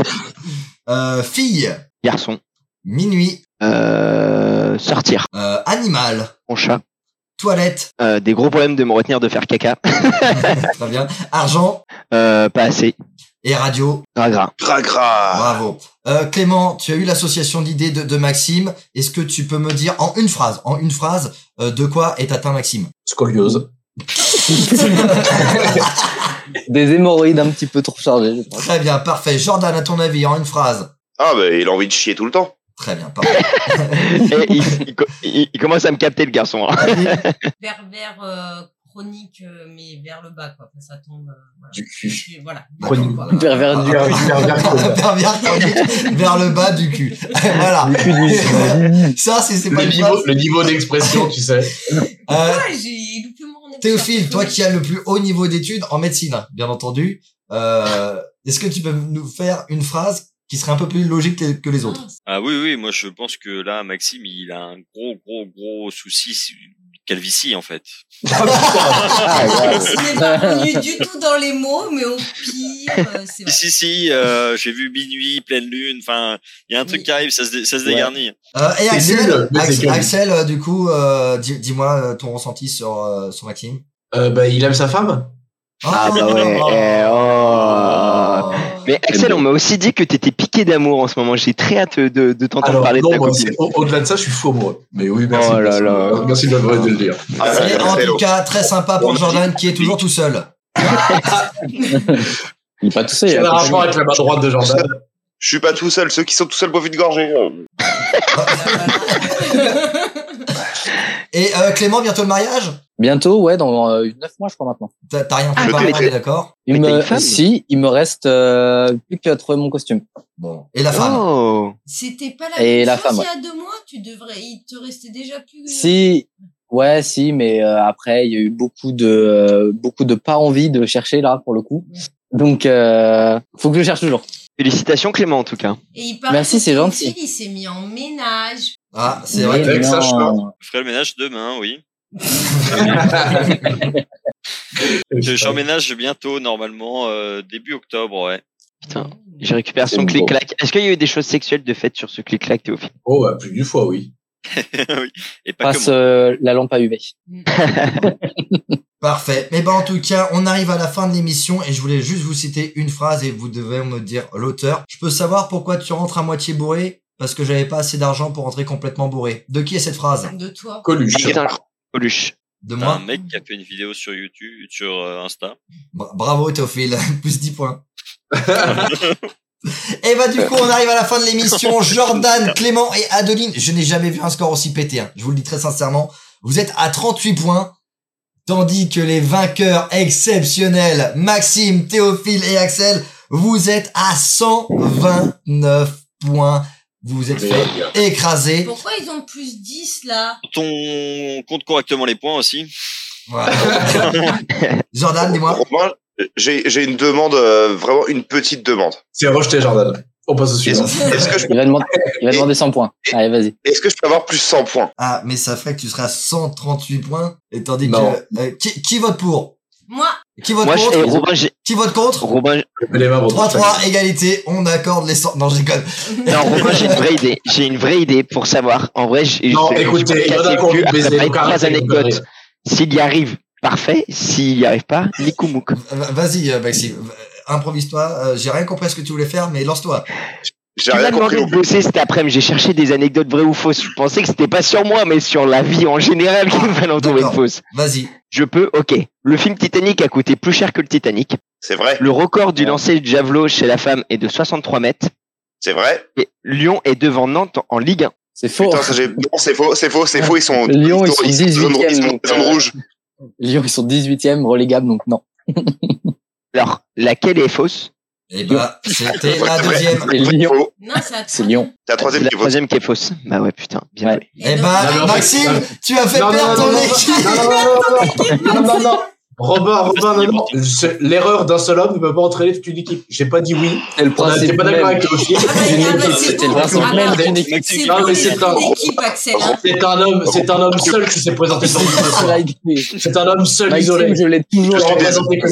Euh, fille. garçon. Minuit. Euh, sortir, Euh, animal. mon chat. Toilette. Euh, des gros problèmes de me retenir de faire caca. Très bien. Argent. Euh, pas assez. et radio. Gras gras. Gras gras. Bravo. Euh, Clément, tu as eu l'association d'idées de, de Maxime. Est-ce que tu peux me dire en une phrase, en une phrase, euh, de quoi est atteint Maxime Scoliose. Des hémorroïdes un petit peu trop chargées. Je pense. Très bien, parfait. Jordan, à ton avis, en une phrase. Ah, bah, il a envie de chier tout le temps. Très bien, parfait. Et il, il co- il- il commence à me capter, le garçon. hein. Berbère euh, chronique, euh, mais vers le bas, quoi. Après, ça tombe. euh, voilà. Du cul. Je- Voilà. Chronique. Voilà. Pervers du Pervers- Ah, pervers chronique. Pervers chronique vers le bas du cul. voilà. cul du- Ça, c'est c'est pas Le une niveau, phrase. le niveau d'expression, tu sais. Euh, Ah, j'ai loupé mon rendez-vous. Théophile, toi qui as le plus haut niveau d'études en médecine, bien entendu, euh, est-ce que tu peux nous faire une phrase qui serait un peu plus logique que- que les autres Ah oui, oui, moi je pense que là, Maxime, il a un gros, gros, gros souci, c'est une calvitie en fait. Ce n'est pas revenu du tout dans les mots, mais au pire, euh, c'est Si, vrai. si, si, euh, j'ai vu minuit, pleine lune, enfin, il y a un truc qui arrive, ça se, dé- ça se Ouais. dégarnit. Euh, et C'est Axel, nul, mais c'est Ax- que- Axel, euh, du coup, euh, dis- dis-moi euh, ton ressenti sur, euh, sur Maxime. Hein? Euh, bah, il aime sa femme Oh. Ah bah ouais. eh, oh. Mais Axel, on m'a aussi dit que t'étais piqué d'amour en ce moment. J'ai très hâte de, de t'entendre Alors, parler de non, ta moi, copine. c'est- au- au-delà de ça, je suis faux amoureux. Mais oui, merci. Oh là merci, là. euh, merci de m'avoir de le dire. Ah, C'est ouais, en Axel, oh. tout cas très sympa pour Jordan qui est toujours tout seul. Il est pas tout seul. Quel hein. il a pas rapport avec la main droite de Jordan Je suis pas tout seul. Ceux qui sont tout seuls boivent une gorgée. euh. Et euh, Clément, bientôt le mariage Bientôt, ouais, dans euh, 9 mois, je crois maintenant. T'as t'as rien Ah, préparé, mais t'es- d'accord Il Mais t'as me, une femme si, il me reste euh, plus qu'à trouver mon costume. Bon. Et la femme Oh, C'était pas la Et même la chose femme, il y a deux mois, tu devrais, il te restait déjà plus. Si, ouais, si, mais euh, après, il y a eu beaucoup de, euh, beaucoup de pas envie de chercher là pour le coup. Donc, euh, faut que je cherche toujours. félicitations Clément en tout cas. Et il paraît Merci, que c'est ton gentil. fils, Il s'est mis en ménage. Ah, c'est vrai. Mais que- avec ça, je non. Je ferai le ménage demain, oui. Euh, Je- J'emménage bientôt, normalement, euh, début octobre, ouais. Putain, j'ai récupéré C'est son beau. clic-clac. Est-ce qu'il y a eu des choses sexuelles de fait sur ce clic-clac, Théophile Oh, bah, plus d'une fois, oui. Oui. Et pas que Passe moi. euh, la lampe à UV. Parfait. Mais ben en tout cas, on arrive à la fin de l'émission et je voulais juste vous citer une phrase et vous devez me dire l'auteur. Je peux savoir pourquoi tu rentres à moitié bourré Parce que j'avais pas assez d'argent pour rentrer complètement bourré. De qui est cette phrase De toi. Coluche. Putain, Coluche. De T'as un euh, moi mec qui a fait une vidéo sur YouTube, sur euh, Insta. Bra- Bravo Théophile, plus 10 points. Et bah du coup on arrive à la fin de l'émission. Jordan, Clément et Adeline, je n'ai jamais vu un score aussi pété. hein. Je vous le dis très sincèrement. Vous êtes à 38 points. Tandis que les vainqueurs exceptionnels, Maxime, Théophile et Axel, vous êtes à 129 points. Vous vous êtes fait écraser. Pourquoi ils ont plus 10 là On compte correctement les points aussi. Voilà. Jordan, dis-moi. Romain, j'ai j'ai une demande, euh, vraiment une petite demande. C'est rejeté, Jordan. On passe au suivant. Est-ce que, je- Il va demander, il va demander 100 points. Allez, vas-y. est-ce que je peux avoir plus 100 points Ah, mais ça ferait que tu seras à 138 points. Et tandis Non. que... euh, qui, qui vote pour Moi, Qui vote Moi, je, contre eh, Robin, j'ai- Qui vote contre Robin, j'ai- Je mets les mains pour 3-3, égalité, on accorde les 100. Non, je rigole. non, Robin, j'ai une vraie idée. J'ai une vraie idée pour savoir. En vrai, j'ai- Non, je- je- écoutez, je- il y en a qui ont envie de après, baiser, après, donc trois arrêtez de anecdotes. conneries. S'il y arrive, parfait. S'il y arrive pas, Likoumouk. Va- Vas-y, euh, Maxime. Va- Improvise-toi. Euh, J'ai rien compris à ce que tu voulais faire, mais lance-toi. J'ai Tu rien m'as compris. demandé de bosser cet après-midi. J'ai cherché des anecdotes vraies ou fausses. Je pensais que c'était pas sur moi, mais sur la vie en général qu'il fallait en trouver une D'accord. fausse. Vas-y. Je peux, ok. Le film Titanic a coûté plus cher que le Titanic. C'est vrai, Le record du lancer de javelot chez la femme est de 63 mètres. c'est vrai. Et Lyon est devant Nantes en Ligue 1. C'est faux. Putain, ça, j'ai- non, c'est faux, c'est faux, c'est faux. Ils sont. Lyon, ils sont zone- 18e, ils sont donc, zone euh, rouge. Lyon, ils sont 18e, relégables, donc non. Alors, laquelle est fausse Et bah, c'était la deuxième. Et Lyon, Faux. non, c'est à c'est toi. Lyon. C'est la troisième qui est C'est la fausse. troisième qui est fausse. Bah ouais, putain. Bien Ouais. joué. Et Non, donc, mais bah, en fait, Maxime, non. tu as fait Non, non, perdre non, ton non, équipe. Non, non, non, non, non, non, non, non, non. Robin, Robin, non, non. C'est- L'erreur d'un seul homme ne peut pas entraîner toute une équipe. J'ai pas dit oui. C'est le On a- T'es principe pas d'accord même. avec Théophile Ah, bah, C'est une ah, bah, équipe. c'est C'était bon. le principe Ah, même bah, d'une équipe. C'est Maxime, Ah, bon, mais il c'est a un- ton équipe, Axel. hein. C'est un homme, c'est un homme seul qui s'est présenté sur le C'est la idée. C'est un homme seul, Maxime, isolé. je l'ai toujours Je représenté représenté que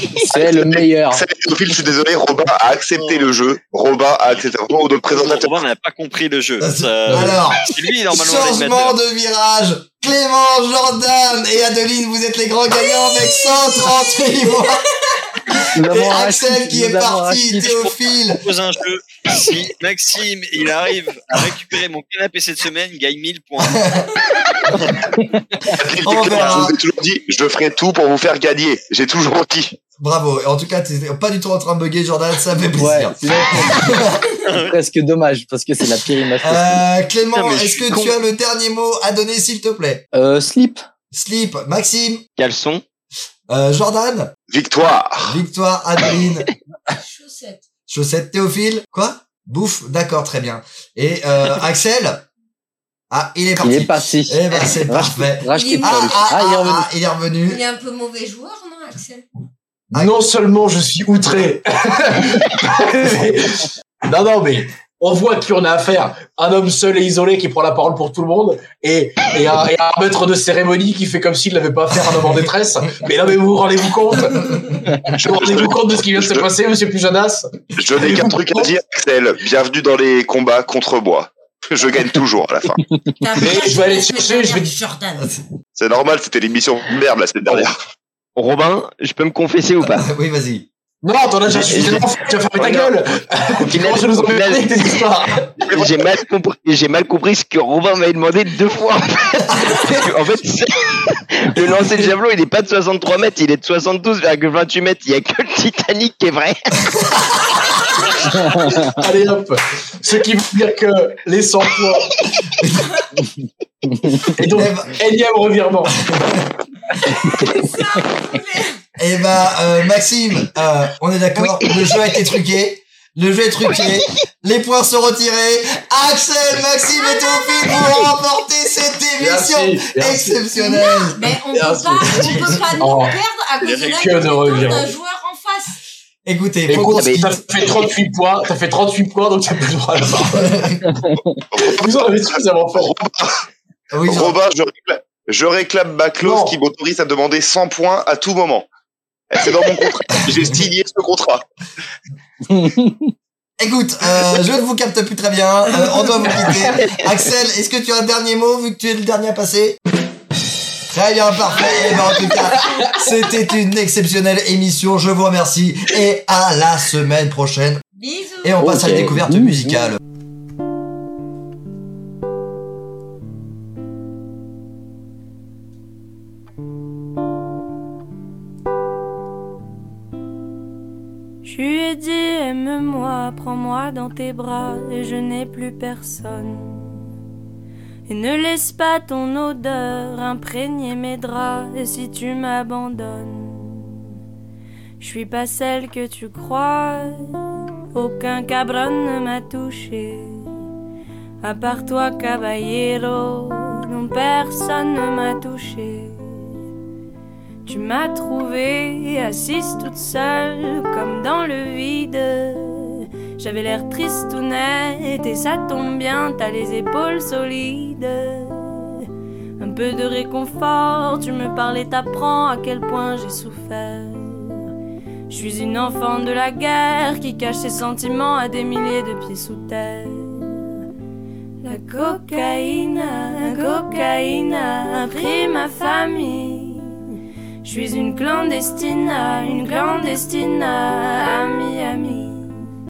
lui. C'est le meilleur. C'est- Théophile, je suis désolé, Robin a accepté le jeu. Robin a accepté. Vraiment, notre présentateur. Robin n'a pas compris le jeu. Euh, Ça- Alors, C'est lui, normalement, changement de virage. Clément, Jordan et Adeline, vous êtes les grands gagnants avec 138 points. Nous Et avons Axel Rachid, qui est nous avons parti. Rachid. Théophile. propose un jeu. Si Maxime, il arrive à récupérer mon canapé cette semaine, il gagne 1000 points. Je On verra. vous ai toujours dit, je ferai tout pour vous faire gagner. J'ai toujours dit. Bravo. En tout cas, t'es pas du tout en train de bugger, Jordan. Ça fait Ouais, plaisir. c'est vrai que c'est presque dommage parce que c'est la pire image possible. Euh, Clément, Putain, mais je est-ce suis que con. tu as le dernier mot à donner, s'il te plaît Euh, slip. Slip, Maxime, Caleçon. euh, Jordan, Victoire. Victoire, Adeline, Chaussettes. Chaussette, Théophile, quoi Bouffe, d'accord, très bien. Et euh, Axel Ah, il est parti. Il est parti. Eh ben, c'est Rachid. parfait. Rachid. Ah, ah, Ah, il est revenu. ah, ah, il est revenu. Il est un peu mauvais joueur, non, Axel Non seulement je suis outré. non, non, mais on voit qui on a affaire. Un homme seul et isolé qui prend la parole pour tout le monde et, et, un, et un maître de cérémonie qui fait comme s'il n'avait pas affaire à un homme en détresse. Mais là, mais vous vous rendez-vous compte Je, Vous vous rendez-vous je- compte de ce qui vient de se passer, monsieur Pujadas je n'ai qu'un truc à dire, Axel. Bienvenue dans les combats contre moi. Je gagne toujours à la fin. T'as Mais bien je vais aller joué, chercher, mais je vais- regarde Jordan. C'est normal, c'était l'émission de merde la semaine dernière. Robin, je peux me confesser ou pas Ah, Oui, vas-y. Non, t'en as déjà suffisamment fait, tu vas fermer ta gueule. Tu commences à nous embêter avec tes histoires. J'ai mal compris, j'ai mal compris ce que Robin m'avait demandé deux fois. En fait, en fait c'est- le lancer de javelot, il est pas de 63 mètres, il est de 72,28 mètres. Il y a que le Titanic qui est vrai. Allez hop. Ce qui veut dire que les 100 points. Et donc, énième revirement. Eh bah, euh, Maxime, euh, on est d'accord, le jeu a été truqué. Le jeu est truqué, les points sont retirés. Axel, Maxime et Tophie pour remporter cette émission Merci. merci. exceptionnelle. Mais on peut pas, Merci. on peut pas nous Oh. perdre à Il cause y de avait la que de compétence d'un revirements. joueur en face. Écoutez, faut qu'on Écoute, se quitte. t'as fait 38 points, t'as fait 38 points, donc t'as plus le droit à la parole. Vous en avez suffisamment fait. Oui, non. Robin, je réclame, je réclame ma clause Non. qui m'autorise à demander 100 points à tout moment. C'est dans mon contrat. J'ai signé ce contrat. Écoute, euh, je ne vous capte plus très bien. euh, on doit vous quitter. Axel, est-ce que tu as un dernier mot vu que tu es le dernier à passer Très bien, parfait. Eh ben, en tout cas, c'était une exceptionnelle émission. Je vous remercie et à la semaine prochaine. Bisous. Oh, Et on passe à la Ok. découverte Mmh. musicale. Je lui ai dit aime-moi, prends-moi dans tes bras et je n'ai plus personne. Et ne laisse pas ton odeur imprégner mes draps et si tu m'abandonnes, je suis pas celle que tu crois. Aucun cabron ne m'a touché, à part toi, caballero. Non, personne ne m'a touché. Tu m'as trouvée assise toute seule, comme dans le vide. J'avais l'air triste ou nette, et ça tombe bien, t'as les épaules solides. Un peu de réconfort, tu me parlais, t'apprends à quel point j'ai souffert. Je suis une enfant de la guerre qui cache ses sentiments à des milliers de pieds sous terre. La cocaïne, la cocaïne a pris ma famille. Je suis une clandestine, une clandestine à Miami.